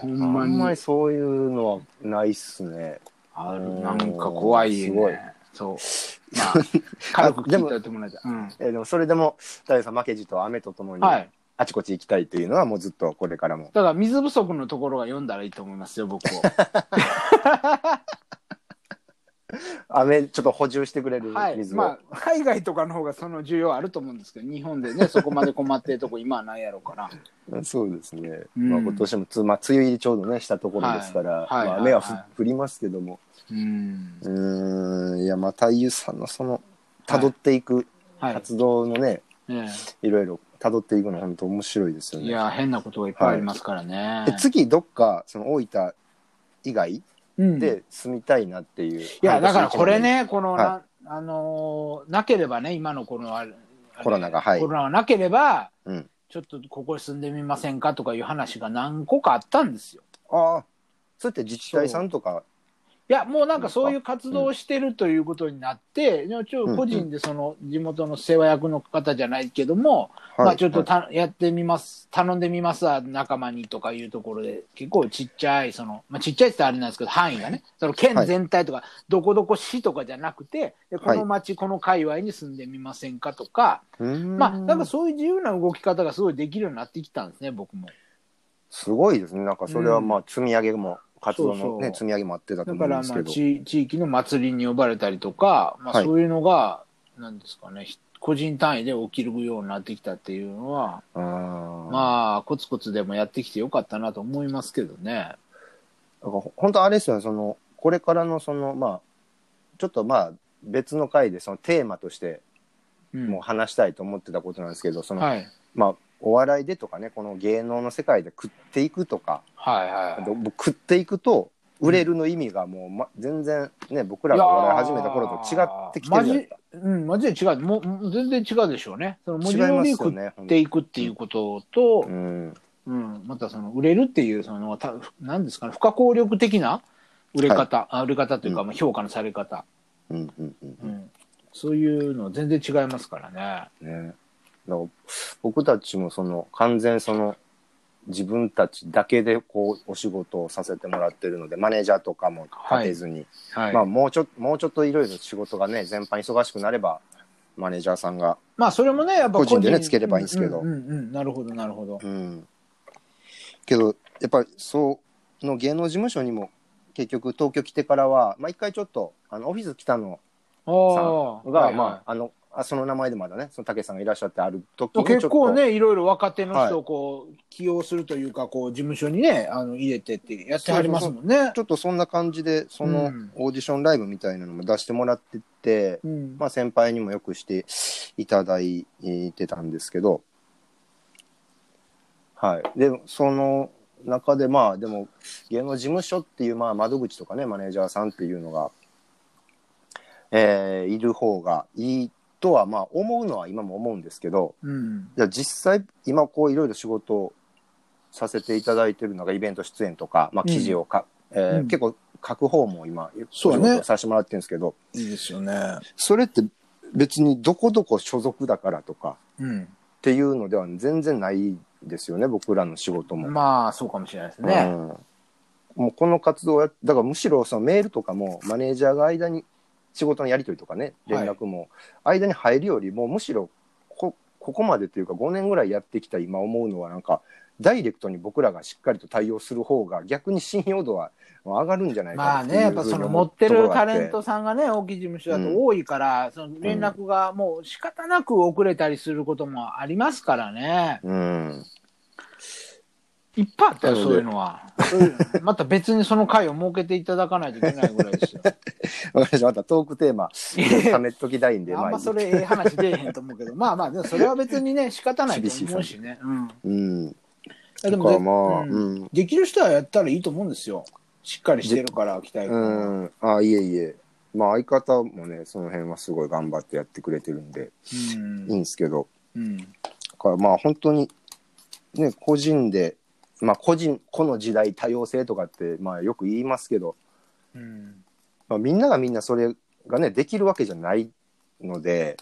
Speaker 2: ほん
Speaker 1: あ
Speaker 2: ま
Speaker 1: ん
Speaker 2: に
Speaker 1: まりそういうのはないっすね。
Speaker 2: あるなんか怖いね
Speaker 1: すごい *laughs*
Speaker 2: そうまあ軽く聞いてやってもらいたい、うん、
Speaker 1: えーでもそれでも、太陽さん負けじと雨とともに、
Speaker 2: はい
Speaker 1: あちこち行きたいというのはもうずっとこれからも。
Speaker 2: だから水不足のところが読んだらいいと思いますよ僕
Speaker 1: *laughs*
Speaker 2: を
Speaker 1: 雨ちょっと補充してくれる
Speaker 2: はい
Speaker 1: 水を。
Speaker 2: まあ海外とかの方がその需要あると思うんですけど日本でねそこまで困ってるとこ今はないやろうから
Speaker 1: うんそうですね。
Speaker 2: うん
Speaker 1: まあ今年もつ、まあ、梅雨入りちょうどね、したところですから、
Speaker 2: はいはい
Speaker 1: まあ、雨はふ
Speaker 2: はいはい
Speaker 1: 降りますけども。
Speaker 2: うん
Speaker 1: うーん、いや、まあ、太陽さんのその、辿っていく
Speaker 2: はい、
Speaker 1: 活動のね、
Speaker 2: え
Speaker 1: い、ろいろ辿っていくの本当面白いです
Speaker 2: え
Speaker 1: よね。
Speaker 2: いや変なことがいっぱいありますからね、
Speaker 1: え次、どっか、その大分以外
Speaker 2: うん
Speaker 1: で住みたいなっていう。
Speaker 2: いや、だからこれ。ね、このな、
Speaker 1: は
Speaker 2: あのーなければね、今のこのあれ
Speaker 1: コロナがはい
Speaker 2: コロナがなければ、
Speaker 1: うん。
Speaker 2: ちょっとここに住んでみませんかとかいう話が何個かあったんですよ。
Speaker 1: ああ、そうやって自治体さんとか、
Speaker 2: いや、もうなんかそういう活動をしてるということになって、でもちょっと個人でその地元の世話役の方じゃないけども、まあちょっと
Speaker 1: はい
Speaker 2: た、やってみます、頼んでみますわ、仲間にとかいうところで、結構ちっちゃい、その、まあちっちゃいって言ったらあれなんですけど、範囲がね、その県全体とか、どこどこ市とかじゃなくて、でこの町、この界隈に住んでみませんかとか、
Speaker 1: うーん
Speaker 2: まあなんかそういう自由な動き方がすごいできるようになってきたんですね、僕も。
Speaker 1: すごいですね。なんかそれはまあ積み上げも、活動
Speaker 2: そ
Speaker 1: の
Speaker 2: うそ
Speaker 1: ね
Speaker 2: う、
Speaker 1: 積み上げもあってたと
Speaker 2: だ
Speaker 1: 思
Speaker 2: か
Speaker 1: うん
Speaker 2: ら
Speaker 1: です
Speaker 2: ま
Speaker 1: け
Speaker 2: あ
Speaker 1: ど。
Speaker 2: 地地域の祭りに呼ばれたりとか、ま
Speaker 1: は
Speaker 2: あ、
Speaker 1: い
Speaker 2: そういうのが、なんですかねひ個人単位で起きるようになってきたっていうのは、
Speaker 1: あー
Speaker 2: まあコツコツでもやってきてよかったなと思いますけどね。
Speaker 1: だから本当あれですよね、その、これからのその、まあ、ちょっとまあ、別の回でそのテーマとして
Speaker 2: うん
Speaker 1: もう話したいと思ってたことなんですけど、その、
Speaker 2: はい
Speaker 1: まあ、お笑いでとかね、この芸能の世界で食っていくとか、
Speaker 2: はいはい
Speaker 1: あ
Speaker 2: は
Speaker 1: と僕食っていくと、売れるの意味がもう、ま、全然ね、僕らがお笑い始めた頃と違ってきてるじゃないですか。
Speaker 2: い。うん、マジで違う。もうもう全然違うでしょうね。その文字
Speaker 1: 違い
Speaker 2: 通
Speaker 1: ま
Speaker 2: り
Speaker 1: す
Speaker 2: 食
Speaker 1: よ
Speaker 2: っ
Speaker 1: ね。
Speaker 2: ていくっていうことと、
Speaker 1: うん。
Speaker 2: うん、またその売れるっていうそのたなんですかね不可抗力的な売れ方、あ売れ方というか、まあ評価のされ方、
Speaker 1: うんうんうん
Speaker 2: う。ん、そういうの全然違いますからね。
Speaker 1: ね、だから僕たちもその完全その自分たちだけでこうお仕事をさせてもらってるのでマネージャーとかも立てずに、
Speaker 2: はい、
Speaker 1: ま
Speaker 2: ま
Speaker 1: あ、
Speaker 2: あ、
Speaker 1: もうちょもうちょっといろいろ仕事がね全般忙しくなればマネージャーさんが、
Speaker 2: それもねやっぱ
Speaker 1: 個人でねつければいいんですけど
Speaker 2: うんうんうんなるほどなるほど。
Speaker 1: うん、けどやっぱりその芸能事務所にも結局東京来てからはまあ、一回ちょっとあのオフィス来たの
Speaker 2: ああ
Speaker 1: が、
Speaker 2: はいはい
Speaker 1: まああのあその名前でまだねそのたけしさんがいらっしゃってある時に
Speaker 2: 結
Speaker 1: ち
Speaker 2: 構
Speaker 1: ょっ
Speaker 2: ね、いろいろ若手の
Speaker 1: はい
Speaker 2: 人をこう、起用するというか、こう、事務所にね、あの、入れてってやってはりますもんね
Speaker 1: と。ちょっとそんな感じでそうの
Speaker 2: ん
Speaker 1: オーディションライブみたいなのも出してもらってて、
Speaker 2: うん。
Speaker 1: まあ、先輩にもよくしていただいてたんですけど、はい。で、その中で、まあ、でも、芸能事務所っていう、まあ、窓口とかね、マネージャーさんっていうのが、えーいる方がいいとは、まあ、思うのは今も思うんですけど、
Speaker 2: うん。
Speaker 1: じゃあ実際、今、こう、いろいろ仕事をさせていただいてるのが、イベント出演とか、まあ、記事をか、えー
Speaker 2: うん
Speaker 1: 結構、書く方も今、
Speaker 2: そうだね
Speaker 1: お仕事させてもらってるんですけど、
Speaker 2: いいですよね。
Speaker 1: それって別にどこどこ所属だからとか
Speaker 2: うん。
Speaker 1: っていうのでは全然ないですよね僕らの仕事も。
Speaker 2: まあ、そうかもしれないですね。
Speaker 1: うんもうこの活動をやだからむしろそのメールとかもマネージャーが間に仕事のやり取りとかね連絡も間に入るよりもむしろこここまでというか5年ぐらいやってきた今思うのはなんかダイレクトに僕らがしっかりと対応する方が逆に信用度は上がるんじゃない
Speaker 2: ま
Speaker 1: か
Speaker 2: あ
Speaker 1: って
Speaker 2: ね、
Speaker 1: い
Speaker 2: や
Speaker 1: う
Speaker 2: っ
Speaker 1: ふう
Speaker 2: ぱ
Speaker 1: に
Speaker 2: その
Speaker 1: 思
Speaker 2: 持
Speaker 1: う
Speaker 2: っ
Speaker 1: と
Speaker 2: て
Speaker 1: ころ
Speaker 2: る
Speaker 1: があ
Speaker 2: タ
Speaker 1: って
Speaker 2: レントさんがね、大きい事務所だと多いから、その連絡がもう仕方なく遅れたりすることもありますからね。
Speaker 1: うん
Speaker 2: いっぱいあったよ、
Speaker 1: なの
Speaker 2: そ
Speaker 1: で
Speaker 2: ういうのは。そういうのまた別にその会を設けていただかないといけないぐらいです *laughs* よ。
Speaker 1: わかりました。またトークテーマ、 *laughs* ためときたいんで、
Speaker 2: あん
Speaker 1: ま
Speaker 2: ま
Speaker 1: あ、
Speaker 2: それええ話出えへんと思うけど、まあまあ、でもそれは別にね、仕方ないと思うしね。うん。
Speaker 1: うん。
Speaker 2: で
Speaker 1: だからまあ、
Speaker 2: も
Speaker 1: う
Speaker 2: で、うん
Speaker 1: ん。
Speaker 2: できる人はやったらいいと思うんですよ。しっかりしてるから、期待
Speaker 1: う
Speaker 2: 感は
Speaker 1: ん。あ、いえいえ。まあ、相方もね、その辺はすごい頑張ってやってくれてるんで、
Speaker 2: うん
Speaker 1: いいんですけど、
Speaker 2: うん。
Speaker 1: だからまあ、本当に、ね、個人で、まあ、個人、この時代、多様性とかって、まあ、よく言いますけど、
Speaker 2: うん。
Speaker 1: まあ、みんながみんなそれがね、できるわけじゃないので、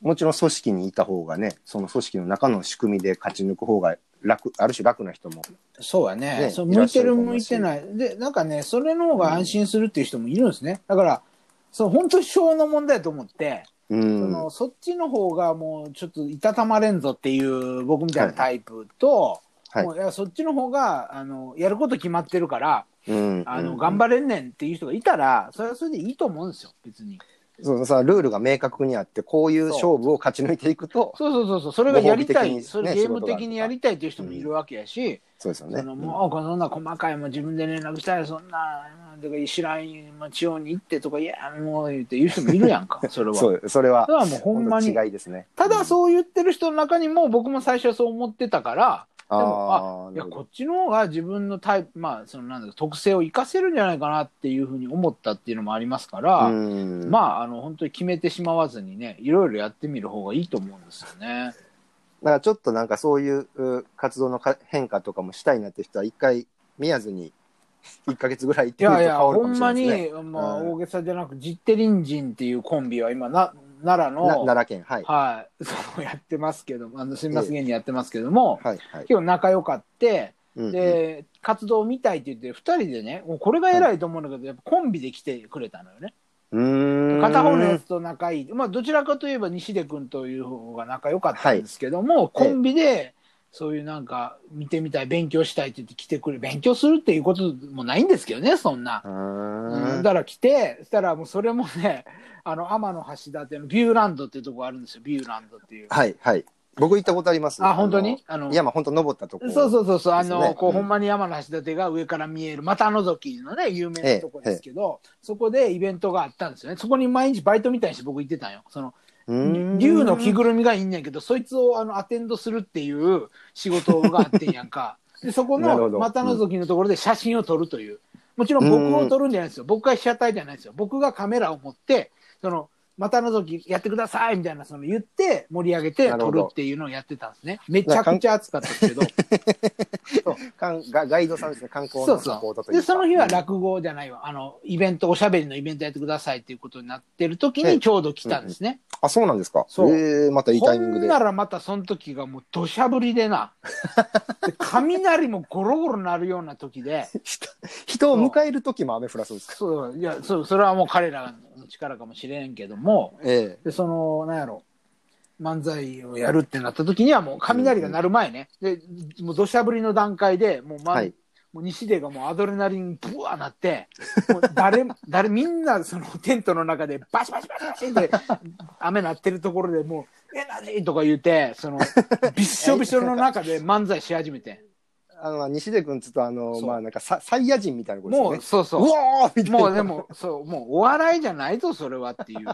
Speaker 1: もちろん組織にいた方がね、その組織の中の仕組みで勝ち抜く方が楽、ある種楽な人も
Speaker 2: そうやね
Speaker 1: ね
Speaker 2: そう
Speaker 1: いらっ
Speaker 2: 向い
Speaker 1: しゃ
Speaker 2: て
Speaker 1: ると思
Speaker 2: る
Speaker 1: い
Speaker 2: 向
Speaker 1: ま
Speaker 2: い
Speaker 1: す
Speaker 2: てないでなんかねそれの方が安心するっていう人もいるんですね、だからそう本当に性の問題だと思って、
Speaker 1: うん
Speaker 2: そのそっちの方がもうちょっといたたまれんぞっていう僕みたいなタイプと、
Speaker 1: はい
Speaker 2: もういやそっちの方があのやること決まってるから
Speaker 1: うん
Speaker 2: あの、
Speaker 1: うん
Speaker 2: 頑張れんねんっていう人がいたらそれはそれでいいと思うんですよ別に
Speaker 1: そうそうさルールが明確にあってこういう勝負を勝ち抜いていくと
Speaker 2: そうそうそうそうそれがやりたい、
Speaker 1: ご褒美的にね
Speaker 2: それゲーム
Speaker 1: 仕事があると
Speaker 2: 的
Speaker 1: か
Speaker 2: にやりたいっていう人もいるわけやし、
Speaker 1: そうですよ
Speaker 2: そ
Speaker 1: ね
Speaker 2: のもうこんな細かいもう自分で連絡したいそんなとか知らんもう地方に行ってとかいやもう言って言う人もいるやん *laughs* かそれは
Speaker 1: そうそれは
Speaker 2: それはもうほんまに
Speaker 1: 本当違いですね
Speaker 2: ただそう言ってる人の中にも僕も最初はそう思ってたから
Speaker 1: うん
Speaker 2: で
Speaker 1: あ
Speaker 2: も
Speaker 1: あ
Speaker 2: いやこっちの方が自分のタイプまあそのなんだろう特性を生かせるんじゃないかなっていうふうに思ったっていうのもありますから、ま
Speaker 1: まあ
Speaker 2: ああの本当に決めてしまわずにねいろいろやってみる方がいいと思うんですよね。
Speaker 1: だからちょっとなんかそういうう活動のか変化とかもしたいなって人は一回見やずに1か月ぐらい行っ
Speaker 2: い
Speaker 1: てみると
Speaker 2: やい
Speaker 1: 変
Speaker 2: や、
Speaker 1: わる
Speaker 2: ほ
Speaker 1: かも
Speaker 2: ん
Speaker 1: しれな
Speaker 2: ま
Speaker 1: いですね
Speaker 2: に、まあ、
Speaker 1: うん
Speaker 2: 大げさじゃなく、ジッテリンジンっていうコンビは今、な奈良
Speaker 1: な
Speaker 2: の、
Speaker 1: 奈良県はい
Speaker 2: はい、 *laughs* そうやってますけども、あの、すみません、芸人やってますけども、
Speaker 1: はいはい
Speaker 2: 結構仲良かって、
Speaker 1: うんうん
Speaker 2: で、活動見たいって言って、二人でね、もうこれが偉いと思うんだけど、やっぱコンビで来てくれたのよね。
Speaker 1: うーん
Speaker 2: 片方のやつと仲いい。まあ、どちらかといえば西出君という方が仲良かったんですけども、コンビで、そういうなんか、見てみたい、勉強したいって言って来てくれ、勉強するっていうこともないんですけどね、そんな。
Speaker 1: う
Speaker 2: う
Speaker 1: ー
Speaker 2: ん、
Speaker 1: ん
Speaker 2: だから来て、そしたらもうそれもね、あの、天の橋立のビューランドっていうとこがあるんですよ、ビューランドっていう。
Speaker 1: はいはい僕行ったことあります
Speaker 2: あ、本当にあ
Speaker 1: あ
Speaker 2: の
Speaker 1: の、山本当登ったとこ
Speaker 2: そうそうそうそう、あの、
Speaker 1: ですね
Speaker 2: こう、
Speaker 1: うん
Speaker 2: ほんまに山の橋立が上から見える、股のぞきのね、有名なとこですけど、そこでイベントがあったんですよね。そこに毎日バイトみたいにして僕行ってたんよ。その、
Speaker 1: うーん
Speaker 2: 竜の着ぐるみがいんねんけど、そいつをあのアテンドするっていう仕事があってんやん
Speaker 1: *laughs*
Speaker 2: か。で、そこ
Speaker 1: なるほ
Speaker 2: の
Speaker 1: ど
Speaker 2: 股のぞきのところで写真を撮るという。もちろん僕を撮るんじゃないですよ。僕が被写体じゃないですよ。僕がカメラを持って、その、股のぞきやってくださいみたいな、その言って盛り上げて
Speaker 1: なる
Speaker 2: 撮
Speaker 1: ほど
Speaker 2: るっていうのをやってたんですね。めちゃくちゃ暑かったです
Speaker 1: *laughs*
Speaker 2: けど。
Speaker 1: かんガガイドさんですね観光
Speaker 2: そ
Speaker 1: の
Speaker 2: う
Speaker 1: サポート
Speaker 2: そ
Speaker 1: と
Speaker 2: う。
Speaker 1: いう
Speaker 2: で、
Speaker 1: か
Speaker 2: その日は落語じゃないわ。あの、イベント、おしゃべりのイベントやってくださいっていうことになってる時
Speaker 1: ええ
Speaker 2: にちょうど来たんですね。
Speaker 1: あ、そうなんですか。
Speaker 2: そう
Speaker 1: ええまたいいタイミング
Speaker 2: ほん
Speaker 1: で。
Speaker 2: ならまたその時がもう土砂降り
Speaker 1: *laughs*
Speaker 2: でなで雷もゴロゴロ鳴るような時で
Speaker 1: 人人を迎える時も雨降らそうですか。
Speaker 2: そういやそうそれはもう彼らの力かもしれんけども
Speaker 1: え
Speaker 2: でそのなんやろ漫才をやるってなった時にはもう雷が鳴る前ね、でもう土砂降りの段階でもう、ま
Speaker 1: はい
Speaker 2: もう西出がもうアドレナリンブワーなって、もう誰 *laughs* も、誰、みんなそのテントの中でバシバシバシバシって雨なってるところでもう、エナジーとか言うて、その、びっしょびしょの中で漫才し始めて。
Speaker 1: あの、西出君っつうと、あの、
Speaker 2: そう
Speaker 1: まあなんかサ、サイヤ人みたいなことです
Speaker 2: も
Speaker 1: よね
Speaker 2: う、。そうそう。
Speaker 1: わーみたいな。
Speaker 2: もうでも、そう、もうお笑いじゃないぞ、それはっていう。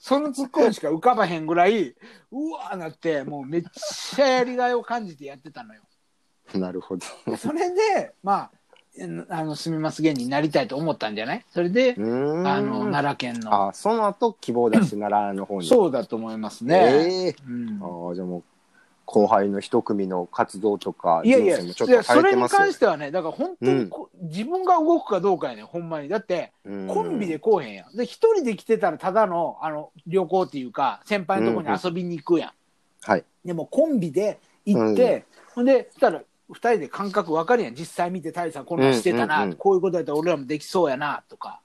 Speaker 2: そのツッコミしか浮かばへんぐらい、うわーなって、もうめっちゃやりがいを感じてやってたのよ。
Speaker 1: なるほど。
Speaker 2: それで、まあ、えあの、住みます芸人になりたいと思ったんじゃないそれで、
Speaker 1: うーん
Speaker 2: あの、奈良県の。
Speaker 1: あ、その後、希望出して奈良の方に。う
Speaker 2: そうだと思いますね。
Speaker 1: ええ
Speaker 2: うん
Speaker 1: ああ、じゃあもう、後輩の一組の活動とか、
Speaker 2: いやいや、
Speaker 1: 人生も
Speaker 2: い
Speaker 1: ちょっ
Speaker 2: や
Speaker 1: と
Speaker 2: そ
Speaker 1: され
Speaker 2: れ
Speaker 1: て
Speaker 2: に
Speaker 1: ますよ
Speaker 2: 関してはね、だから本当にこ、自分が動くかどうかやねんほんまに。だって、
Speaker 1: うん
Speaker 2: コンビでこうへんやん。で、一人で来てたらただの、あの、旅行っていうか、先輩のとこに遊びに行くやん。
Speaker 1: はい。
Speaker 2: でもコンビで行って、ほんで、そしたら、二人で感覚わかるやん。実際見て、大さんこんなんしてたな、
Speaker 1: うんうんうん
Speaker 2: こういうことやったら俺らもできそうやな、とか。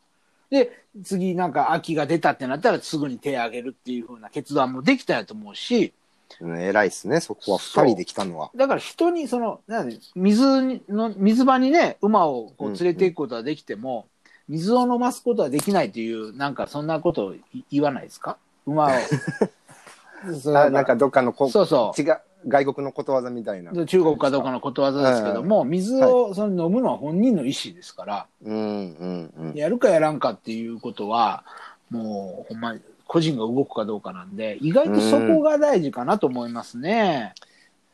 Speaker 2: で、次なんか秋が出たってなったらすぐに手を挙げるっていう風な決断もできたやと思うし、
Speaker 1: うん偉いっすね、そこは
Speaker 2: そう
Speaker 1: 二人で来たのは。
Speaker 2: だから人に、その、なんで水にの、水場にね、馬をこう
Speaker 1: うんうん
Speaker 2: 連れていくことはできても、水を飲ますことはできないという、なんかそんなことをい言わないですか
Speaker 1: *laughs*
Speaker 2: 馬を。そう
Speaker 1: あなんかどっかのこ
Speaker 2: そうそう
Speaker 1: 違う外国のことわざみたいな。
Speaker 2: で中国かどうかのことわざですけども、水をその飲むのは本人の意思ですから、
Speaker 1: うんうんうん。
Speaker 2: やるかやらんかっていうことは、もうほんまに個人が動くかどうかなんで、意外とそこが大事かなと思いますね。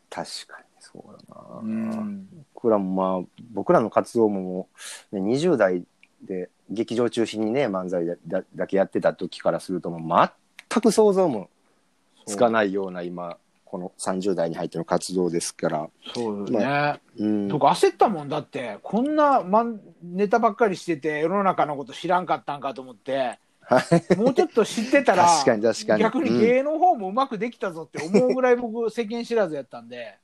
Speaker 1: 確かにそうだな。
Speaker 2: うん。
Speaker 1: 僕らもまあ僕らの活動ももう、ね、20代で劇場中心にね漫才だだだけやってた時からするともう全く想像もつかないような今この30代に入っての活動ですから、
Speaker 2: そうよね。
Speaker 1: うん、
Speaker 2: とか焦ったもんだって、こんなまんネタばっかりしてて、世の中のこと知らんかったんかと思って、もうちょっと知ってたら、
Speaker 1: 確かに確かに
Speaker 2: 逆に
Speaker 1: うん
Speaker 2: 芸の方もうまくできたぞって思うぐらい
Speaker 1: *laughs*
Speaker 2: 僕、世間知らずやったんで。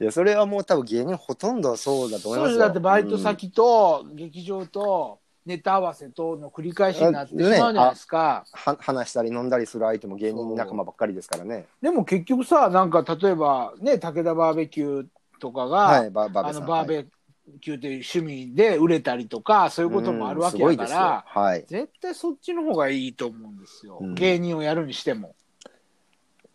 Speaker 1: いやそれはもう多分芸人ほとんどそうだと思い
Speaker 2: そう
Speaker 1: ま
Speaker 2: ですす
Speaker 1: よ
Speaker 2: だってバイト、先と劇場とネタ合わせとの繰り返しになってしまうじゃないですか、
Speaker 1: うんは話したり飲んだりする相手も芸人仲間ばっかりですからね
Speaker 2: でも結局さなんか例えばね武田バーベキューとかが、
Speaker 1: はいババー
Speaker 2: あ
Speaker 1: ベさ
Speaker 2: の
Speaker 1: ん
Speaker 2: バーベキューという趣味で売れたりとかそういうこともあるわけ
Speaker 1: うん
Speaker 2: や
Speaker 1: すごいで
Speaker 2: か
Speaker 1: すよ
Speaker 2: ら、
Speaker 1: はい
Speaker 2: 絶対そっちの方がいいと思うんですよ、
Speaker 1: うん
Speaker 2: 芸人をやるにしても。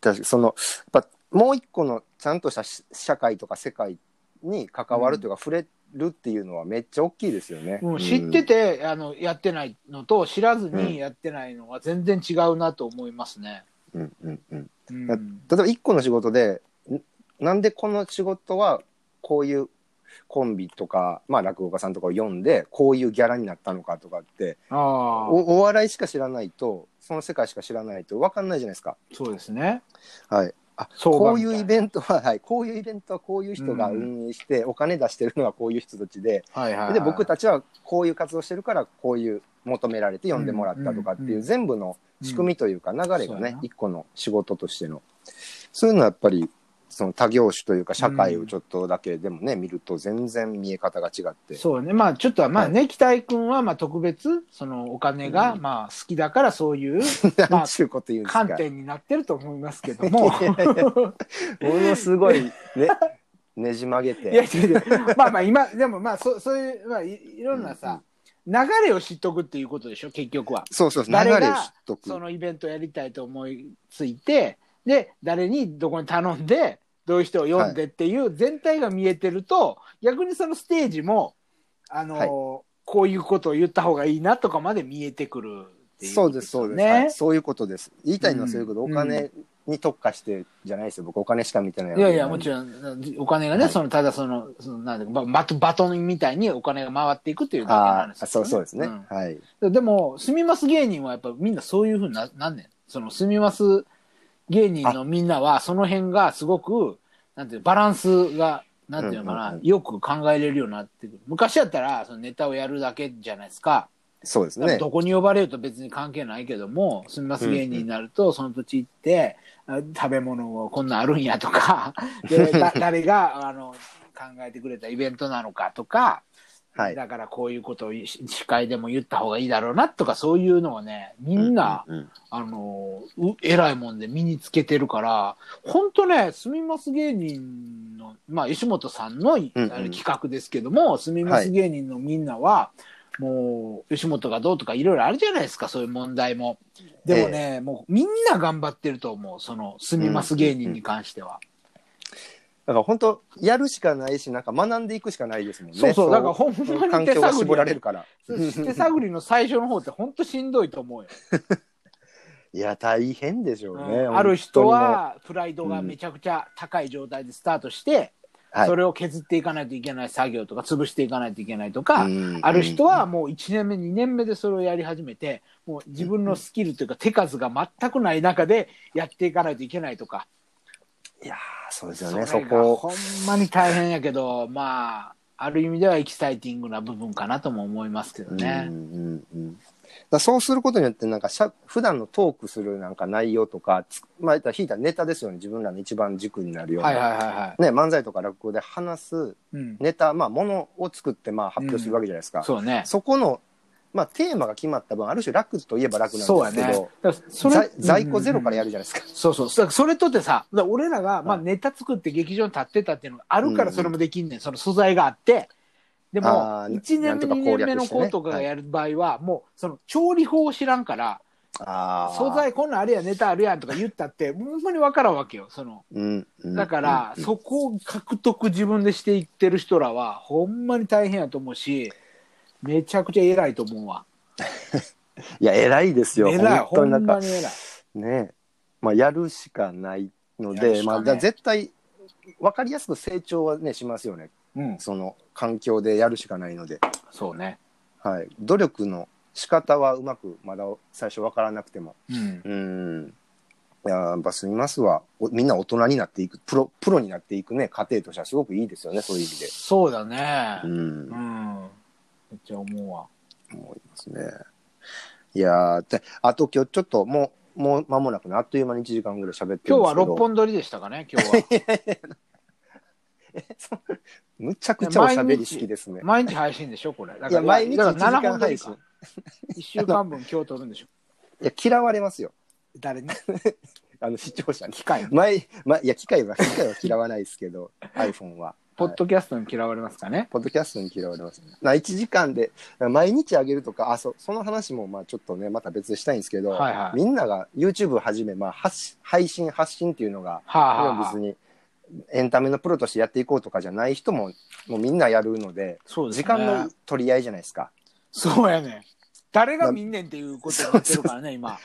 Speaker 1: 確かにそのやっぱもう一個のちゃんとしたし社会とか世界に関わるというか、触れるっていうのはめっちゃ大きいですよね。
Speaker 2: うん、知ってて、あのやってないのと知らずにやってないのは全然違うなと思いますね。
Speaker 1: うんうんうん
Speaker 2: うん
Speaker 1: だ例えば一個の仕事でんなんでこの仕事はこういうコンビとか、まあ、落語家さんとかを読んでこういうギャラになったのかとかって
Speaker 2: ああ
Speaker 1: おお笑いしか知らないとその世界しか知らないと分かんないじゃないですか。
Speaker 2: そうですね。
Speaker 1: はい、あ
Speaker 2: 相
Speaker 1: こ
Speaker 2: 場
Speaker 1: う
Speaker 2: みたい
Speaker 1: い
Speaker 2: な
Speaker 1: うイベントは、はい、こういうイベントはこういう人が運営して、お金出してるのはこういう人たちで
Speaker 2: はいはい、
Speaker 1: で僕たちはこういう活動してるからこういう求められて呼んでもらったとかって
Speaker 2: うんうん
Speaker 1: いううん全部の仕組みというか流れ
Speaker 2: そ
Speaker 1: が
Speaker 2: うや
Speaker 1: ね
Speaker 2: な
Speaker 1: 一個の仕事としてのそういうのはやっぱりその他業種というか社会をちょっとだけでもね見ると全然見え方が違って *laughs*
Speaker 2: そうね。まあちょっとは、まあね、北井君はまあ特別、そのお金が、
Speaker 1: うん
Speaker 2: まあ好きだからそういうま
Speaker 1: 何
Speaker 2: あ
Speaker 1: ちゅうこと言うんですか
Speaker 2: 観点になってると思いますけども。
Speaker 1: ものすごいね *laughs* ねじ曲げ
Speaker 2: いや
Speaker 1: て
Speaker 2: いやいや、まあまあ今、でもまあそそういう、まあいいろんなさ、流れを知っとくっていうことでしょ、結局は。
Speaker 1: そうそうそう流
Speaker 2: 誰が
Speaker 1: れを知っとく
Speaker 2: そのイベントやりたいと思いついて、で、誰にどこに頼んで、どういう人を読んでっていう全体が見えてると、逆にそのステージも、あのー
Speaker 1: はい
Speaker 2: こういうことを言った方がいいなとかまで見えてくるってい
Speaker 1: そう
Speaker 2: こ
Speaker 1: う
Speaker 2: と
Speaker 1: です
Speaker 2: よ
Speaker 1: そうです、は
Speaker 2: ね
Speaker 1: い。そういうことです言いたいのはそういうこと、
Speaker 2: うん
Speaker 1: お金に特化してじゃないですよ僕お金しか見てないわ
Speaker 2: い
Speaker 1: け
Speaker 2: や
Speaker 1: じ
Speaker 2: い
Speaker 1: ゃ
Speaker 2: や、
Speaker 1: な
Speaker 2: もちろん、お金がね、
Speaker 1: はい
Speaker 2: その、ただその、そのなんだババトバトンみたいにお金が回っていくっていうだけの
Speaker 1: あ
Speaker 2: 話
Speaker 1: あ
Speaker 2: です
Speaker 1: そ
Speaker 2: よね
Speaker 1: うそうですね、
Speaker 2: ん
Speaker 1: はい
Speaker 2: でも、住みます芸人はやっぱみんなそういうふうにななんねん。その住みます芸人のみんなは、その辺がすごく、なんていうのバランスが、なんていうのか
Speaker 1: うん
Speaker 2: な、
Speaker 1: うんうん
Speaker 2: よく考えれるようになってくる。昔やったら、そのネタをやるだけじゃないですか。
Speaker 1: そうですね
Speaker 2: どこに呼ばれると別に関係ないけども、住みます芸人になると、その土地行って、あ食べ物をこんなんあるんや
Speaker 1: *laughs*
Speaker 2: とか、でだ誰があの考えてくれたイベントなのかとか、
Speaker 1: はい。
Speaker 2: だからこういうことをい司会でも言った方がいいだろうなとかそういうのをねみんな、
Speaker 1: うんうん
Speaker 2: あのう偉いもんで身につけてるから本当ね「すみます芸人の」まあ石本さんの、
Speaker 1: うんうん
Speaker 2: あれ企画ですけども「すみます芸人」のみんなは、もう吉本がどうとかいろいろあるじゃないですかそういう問題もでもね、もうみんな頑張ってると思うその「すみます芸人」に関しては、
Speaker 1: だから本当やるしかないし、なんか学んでいくしかないですもんね。
Speaker 2: そうそうだからほん
Speaker 1: そ
Speaker 2: ま
Speaker 1: の環
Speaker 2: に手
Speaker 1: 境が
Speaker 2: 探り
Speaker 1: 絞ら
Speaker 2: や
Speaker 1: れ
Speaker 2: ね
Speaker 1: るから。
Speaker 2: 手探りの最初の方って本当しんどいと思うよ
Speaker 1: いや、大変でしょうね。
Speaker 2: うんある人はプライドがめちゃくちゃ高い状態でスタートして、
Speaker 1: はい
Speaker 2: それを削っていかないといけない作業とか潰していかないといけないとか、
Speaker 1: 本当にもう、うん
Speaker 2: ある人、はもう1年目2年目でそれをやり始めてもう自分のスキルというか手数が全くない中でやっていかないといけないとか、
Speaker 1: いやーそうですよね、
Speaker 2: そ
Speaker 1: そ
Speaker 2: れが
Speaker 1: こ。
Speaker 2: ほんまに大変やけどまあある意味ではエキサイティングな部分かなとも思いますけどね。
Speaker 1: うんうんうんだからそうすることによってなんかしゃ普段のトークするなんか内容とかつまあ言ったら引いたらネタですよね自分らの一番軸になるような、
Speaker 2: はいはいはいは
Speaker 1: ね、漫才とか落語で話す
Speaker 2: い。うん、
Speaker 1: ネタまあものを作ってまあ発表するわけじゃないですか、
Speaker 2: そうね。
Speaker 1: そこの、まあ、テーマが決まった分ある種楽といえば楽なん
Speaker 2: そう
Speaker 1: ですけ
Speaker 2: や
Speaker 1: ど、
Speaker 2: ね。だからそれ
Speaker 1: 在在庫ゼロからやるじゃないですか、
Speaker 2: そうそう。だからそれとってさ、だから俺らが、まあ、
Speaker 1: はい
Speaker 2: ネタ作って劇場に立ってたっていうのがあるか
Speaker 1: うんう
Speaker 2: ら
Speaker 1: ん
Speaker 2: それもできんねん。その素材があって。でも、
Speaker 1: あー
Speaker 2: 1
Speaker 1: な
Speaker 2: 年
Speaker 1: んと
Speaker 2: 目、
Speaker 1: か
Speaker 2: 2
Speaker 1: 攻
Speaker 2: 年
Speaker 1: 略してね
Speaker 2: 目の子とかがやる場合は、もう、その、調理法を知らんから、
Speaker 1: あー
Speaker 2: 素材こんなんあれや、ネタあるやんとか言ったって、ほんまにわからんわけよ。その、
Speaker 1: うんうん
Speaker 2: だから、
Speaker 1: うん
Speaker 2: そこを獲得自分でしていってる人らは、ほんまに大変やと思うし、めちゃくちゃ偉いと思うわ。
Speaker 1: いや偉いですよ
Speaker 2: 偉い、
Speaker 1: 本当
Speaker 2: ほ
Speaker 1: に
Speaker 2: ん
Speaker 1: なんか
Speaker 2: まに偉い。
Speaker 1: ねまあ、やるしかないの
Speaker 2: やる
Speaker 1: で、
Speaker 2: しか
Speaker 1: ま
Speaker 2: ね
Speaker 1: あ、だから絶対分かりやすく成長はねしますよね
Speaker 2: うん、
Speaker 1: その環境でやるしかないので、
Speaker 2: そうね。
Speaker 1: はい、努力の仕方はうまくまだ最初分からなくても
Speaker 2: うん。
Speaker 1: うんいややっぱすみますはおみんな大人になっていくプロプロになっていくね過程としてはすごくいいですよねそういう意味で。
Speaker 2: そうだね。
Speaker 1: うん
Speaker 2: うん。めっちゃ思うわ。
Speaker 1: 思いますね。いやーであと今日ちょっともうもう間もなくねあっという間に1時間ぐらい喋ってる
Speaker 2: 今
Speaker 1: んです
Speaker 2: 日は
Speaker 1: けど
Speaker 2: 六本撮りでしたかね、今 *laughs* 日は。
Speaker 1: *laughs* むちゃくちゃおしゃべり好きですね。
Speaker 2: 毎日配信でしょ、これ。だ
Speaker 1: いや毎日
Speaker 2: だ
Speaker 1: 1
Speaker 2: か
Speaker 1: 時
Speaker 2: ら
Speaker 1: 間
Speaker 2: 7本撮り
Speaker 1: 配信
Speaker 2: か。1週間分今日撮るんでしょ。
Speaker 1: いや嫌われますよ
Speaker 2: 誰に
Speaker 1: あの視聴者に。
Speaker 2: 機械。
Speaker 1: 前前いや機械は機械は嫌わないですけど iPhone は。
Speaker 2: ポッドキャストに嫌われますかね。
Speaker 1: ポッドキャストに嫌われます、な1時間で毎日あげるとかあそその話もまあちょっとねまた別でしたいんですけど、
Speaker 2: はいはい
Speaker 1: みんなが YouTube をはじめ、まあ、発し配信発信っていうのが
Speaker 2: はあ、はあ、
Speaker 1: 別にエンタメのプロとしてやっていこうとかじゃない人ももうみんなやるので
Speaker 2: そうです
Speaker 1: 時
Speaker 2: ね。
Speaker 1: 間の取り合いじゃないですか。
Speaker 2: そうやね。誰が見んねんっていうことになってるからね、今。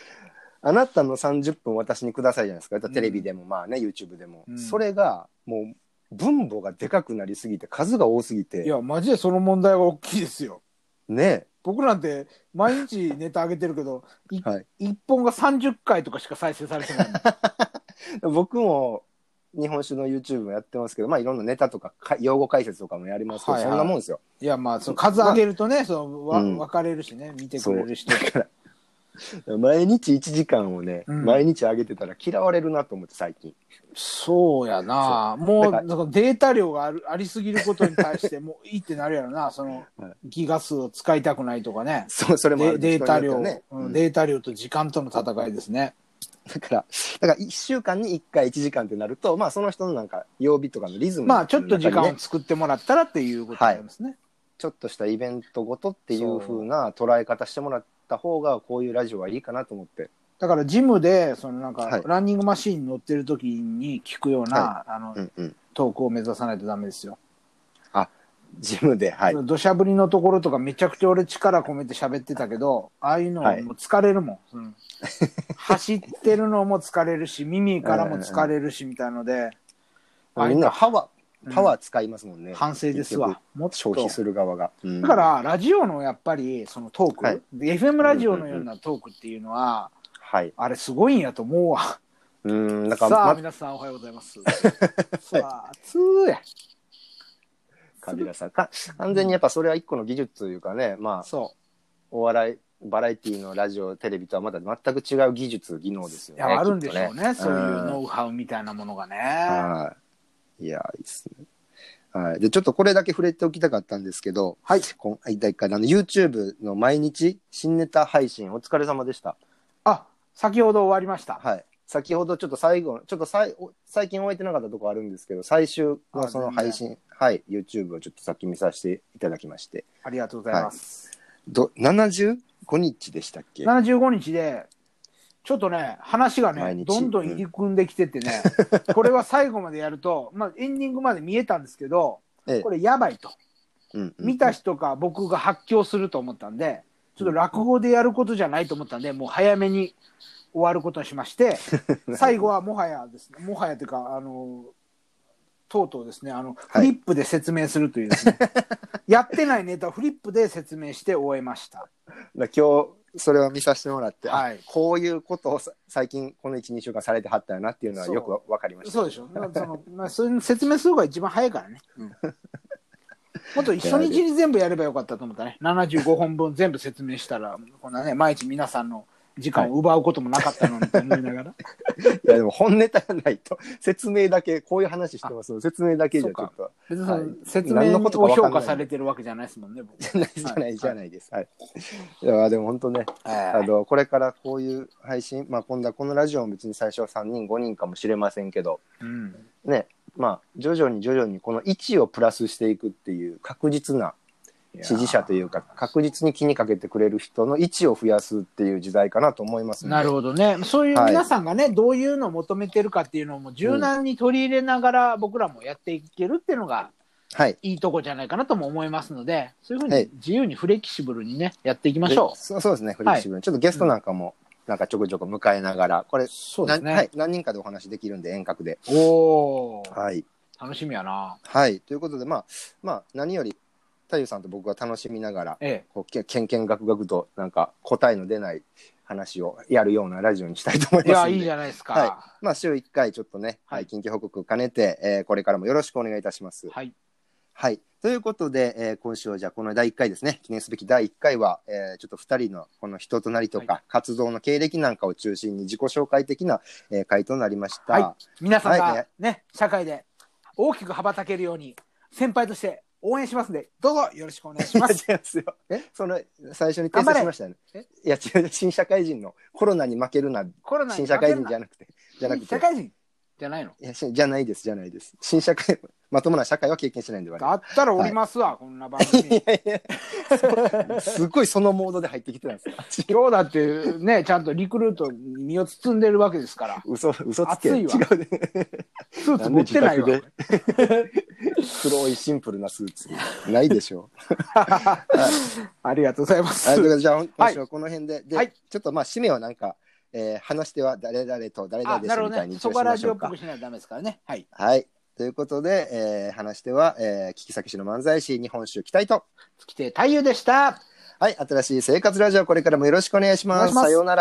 Speaker 1: あなたの30分私にくださいじゃないですか。テレビでもまあね、YouTube でも、
Speaker 2: うん
Speaker 1: それがもう分母がでかくなりすぎて数が多すぎ
Speaker 2: い
Speaker 1: て、
Speaker 2: や、マジでその問題は大きいですよ。
Speaker 1: ね、
Speaker 2: 僕なんて毎日ネタ上げてるけど、い
Speaker 1: はい
Speaker 2: 一本が30回とかしか再生されてないの。 *laughs*
Speaker 1: 僕も日本酒の YouTube もやってますけど、まあいろんなネタとかか用語解説とかもやりますけど、
Speaker 2: はいはい
Speaker 1: そんなもんですよ。
Speaker 2: いやまあその数上げるとね、そのわ
Speaker 1: うん
Speaker 2: 分かれるしね見てくれる人
Speaker 1: 毎日1時間をね、
Speaker 2: うん
Speaker 1: 毎日上げてたら嫌われるなと思って最近。 *laughs*
Speaker 2: そうやなもう
Speaker 1: だ
Speaker 2: な
Speaker 1: から
Speaker 2: んかデータ量があるありすぎることに対し
Speaker 1: *laughs*
Speaker 2: てもういいってなるやろなその
Speaker 1: はい
Speaker 2: ギガ数を使いたくないとかね
Speaker 1: そう、それもあ
Speaker 2: で
Speaker 1: る
Speaker 2: データ量、
Speaker 1: 人によっては
Speaker 2: うん
Speaker 1: うん
Speaker 2: データ量と時間との戦いですね
Speaker 1: だから、だから1週間に1回1時間ってなると、まあその人のなんか曜日とかのリズムの
Speaker 2: まあ
Speaker 1: 中
Speaker 2: ちょ
Speaker 1: に
Speaker 2: っ
Speaker 1: ね、
Speaker 2: と時間を作ってもらったらっていうことになりますね、
Speaker 1: ちょっとしたイベントごとっていう風な捉え方してもらった方がこういうラジオはいいかなと思って
Speaker 2: だからジムでそのなんか、
Speaker 1: はい
Speaker 2: ランニングマシーンに乗ってる時に聞くような、
Speaker 1: は
Speaker 2: あの
Speaker 1: うんうん
Speaker 2: トークを目指さないとダメですよ
Speaker 1: ジムではい
Speaker 2: 土砂降りのところとかめちゃくちゃ俺力込めて喋ってたけど、ああいうの
Speaker 1: はい
Speaker 2: もう疲れるもん。うん
Speaker 1: *laughs*
Speaker 2: 走ってるのも疲れるし、耳からも疲れるしみたいので、あ
Speaker 1: みんなパワ
Speaker 2: うん
Speaker 1: ーパワー使いますもんね、
Speaker 2: 反省ですわ。もっ
Speaker 1: 消
Speaker 2: と
Speaker 1: 費。する側が、うん
Speaker 2: だから、ラジオのやっぱり、そのトーク、
Speaker 1: はい
Speaker 2: FM ラジオのようなトークっていうのは、
Speaker 1: はい
Speaker 2: あれすごいんやと思うわ。
Speaker 1: うんだから
Speaker 2: さあ、
Speaker 1: ま
Speaker 2: 皆さんおはようござ
Speaker 1: *laughs*
Speaker 2: います。さあ、つーや。
Speaker 1: カビラさんか完全にやっぱそれは一個の技術というかね *laughs* まあ
Speaker 2: そ
Speaker 1: お笑いバラエティのラジオテレビとはまた全く違う技術技能です
Speaker 2: う。
Speaker 1: よ
Speaker 2: い
Speaker 1: ね
Speaker 2: や、あるんでしょ
Speaker 1: き
Speaker 2: う
Speaker 1: っと
Speaker 2: ね。そういう
Speaker 1: うん
Speaker 2: ノウハウみたいなものがね。
Speaker 1: はいいやいいっすねはい。で、ちょっとこれだけ触れておきたかったんですけど、
Speaker 2: はい。
Speaker 1: 今第1回、あの、YouTube の毎日新ネタ配信、お疲れ様でした。
Speaker 2: あ、先ほど終わりました。
Speaker 1: はい。先ほどちょっと最後の、ちょっとさいお最近終えてなかったとこあるんですけど、最終のその
Speaker 2: あ全然
Speaker 1: 配信、はい、YouTube をちょっとさっき見させていただきまして、
Speaker 2: ありがとうございます。
Speaker 1: ど75日でしたっけ
Speaker 2: 75日で、ちょっとね、話が
Speaker 1: 毎日
Speaker 2: ね、どんどん入り組んできてて
Speaker 1: *laughs*
Speaker 2: ね、これは最後までやると、まあ、エンディングまで見えたんですけど、
Speaker 1: ええ
Speaker 2: これやばいと。
Speaker 1: うんうん
Speaker 2: 見た人か僕が発狂すると思ったんで、ちょっと落語でやることじゃないと思ったんで、もう早めに終わることにし
Speaker 1: *laughs*
Speaker 2: まして、最後はもはやですね、もはやというか、あの、とうとうですね、あの、フ
Speaker 1: い
Speaker 2: リップで説明するという
Speaker 1: *laughs*
Speaker 2: ですね、やってないネタをフリップで説明して終えました。
Speaker 1: だから今日それを見させてもらって、
Speaker 2: はい
Speaker 1: あこういうことをさ最近この12週間されてはったよなっていうのはよくわわかりました
Speaker 2: そうでしょ。まあその、 *laughs* まあ、そういうの説明する方が一番早いからね。 *laughs* もっと一緒にに全部やればよかったと思ったね。75本分全部説明したら、こんなね、毎日皆さんの時間を奪うこともなかったのにと思いな
Speaker 1: *laughs*
Speaker 2: がら。
Speaker 1: いやでも本ネタがないと説明だけこういう話してますので説明だけじゃちょっと
Speaker 2: 別にその
Speaker 1: はい
Speaker 2: 説
Speaker 1: 何
Speaker 2: 明
Speaker 1: の
Speaker 2: を
Speaker 1: ことかわかん
Speaker 2: 評
Speaker 1: ない
Speaker 2: 価されてるわけじゃないですもんね、 *laughs* 僕。
Speaker 1: じゃないじゃないじゃないです、はいいやでも本当ねあ
Speaker 2: はい
Speaker 1: のこれからこういう配信、まあ、今度はこのラジオも別に最初は3人5人かもしれませんけど
Speaker 2: うん
Speaker 1: ねまあ徐々に徐々にこの1をプラスしていくっていう確実な支持者というか確実に気にかけてくれる人の1を増やすっていう時代かなと思います
Speaker 2: なる
Speaker 1: ほ
Speaker 2: ほどね。そういう
Speaker 1: はい
Speaker 2: 皆さんがね、どういうのを求めてるかっていうのをもう柔軟に取り入れながら僕らもやっていけるっていうのが
Speaker 1: どはい
Speaker 2: いいとこじゃないかなとも思いますので、そういうふう
Speaker 1: はい
Speaker 2: に自由にフレキシブルにね、やっていきましょ
Speaker 1: でそうそうですねフレキシブルに、ちょっとゲストなんかもなんかちょこちょこ迎えながらこれ
Speaker 2: う。そうです
Speaker 1: なは
Speaker 2: ね
Speaker 1: い。、何人かでお話できるんで遠隔で
Speaker 2: おお、
Speaker 1: はい、
Speaker 2: 楽しみやな。
Speaker 1: はい、ということでまあまあ何より太夫さんと僕は楽しみながら
Speaker 2: え
Speaker 1: こうけけんけんがくがくとなんか答えの出ない話をやるようなラジオにしたいと思い
Speaker 2: え。い
Speaker 1: ます
Speaker 2: や、
Speaker 1: んで
Speaker 2: いいじゃないですか。
Speaker 1: はまあ週1回ちょっとね、は、
Speaker 2: はいい
Speaker 1: 緊急報告を兼ねて、えーこれからもよろしくお願いいたします。
Speaker 2: はい。
Speaker 1: はい。ということで、えー今週はじゃあこの第1回ですね、記念すべき第1回は、えーちょっと2人のこの人となりとか、
Speaker 2: は
Speaker 1: 活動の経歴なんかを中心に自己紹介的な、えー回となりました。
Speaker 2: はい皆さん
Speaker 1: はい
Speaker 2: がね、社会で大きく羽ばたけるように、先輩として応援しますんで、どうぞよろしくお願いしま
Speaker 1: いや *laughs*
Speaker 2: す。
Speaker 1: 違いますよ。
Speaker 2: え
Speaker 1: その最初に訂正しましたよね
Speaker 2: 頑張れ。
Speaker 1: いや違う新社会人のコロナに負けるな
Speaker 2: コロナ
Speaker 1: 新
Speaker 2: に負
Speaker 1: 社
Speaker 2: け
Speaker 1: 会
Speaker 2: る
Speaker 1: 人
Speaker 2: な
Speaker 1: じゃなくてじゃなくて
Speaker 2: 社会人じゃないの
Speaker 1: いやしじゃないです、じゃないです。新社会、まともな社会は経験しないんで、我々
Speaker 2: だったらおりますわ、こんな
Speaker 1: *laughs*
Speaker 2: 番組。
Speaker 1: すっごいそのモードで入ってきてたん
Speaker 2: *laughs*
Speaker 1: ですよ。
Speaker 2: 今日だってね、ちゃんとリクルートに身を包んでるわけですから、
Speaker 1: 嘘、嘘つけ。
Speaker 2: 熱いわ
Speaker 1: 違うね。
Speaker 2: スーツ持ってないわ。
Speaker 1: なんで黒いシンプルなスーツ。ないでしょう。
Speaker 2: ありがとうございま
Speaker 1: はい、ということ
Speaker 2: す。
Speaker 1: でじゃあ、今週はこの辺で。で、
Speaker 2: はい
Speaker 1: ちょっとまあ、締めはなんか、えー話しては誰々と誰々
Speaker 2: あ、
Speaker 1: で
Speaker 2: な
Speaker 1: す
Speaker 2: るほ
Speaker 1: みた
Speaker 2: ど
Speaker 1: い
Speaker 2: ね。
Speaker 1: に
Speaker 2: そ
Speaker 1: 応
Speaker 2: こ
Speaker 1: し
Speaker 2: は
Speaker 1: ま
Speaker 2: ラ
Speaker 1: し
Speaker 2: ジ
Speaker 1: ょ
Speaker 2: オっ
Speaker 1: う
Speaker 2: ぽ
Speaker 1: か
Speaker 2: く。しないとダメですからね。はい。
Speaker 1: はい。ということで、えー話しては、えー、聞き先市の漫才師、日本酒、期待と。
Speaker 2: 月亭太夫でした。
Speaker 1: はい、新しい生活ラジオ、これからもよろしくお願いし
Speaker 2: お願
Speaker 1: ま
Speaker 2: い
Speaker 1: す。
Speaker 2: します
Speaker 1: さようなら。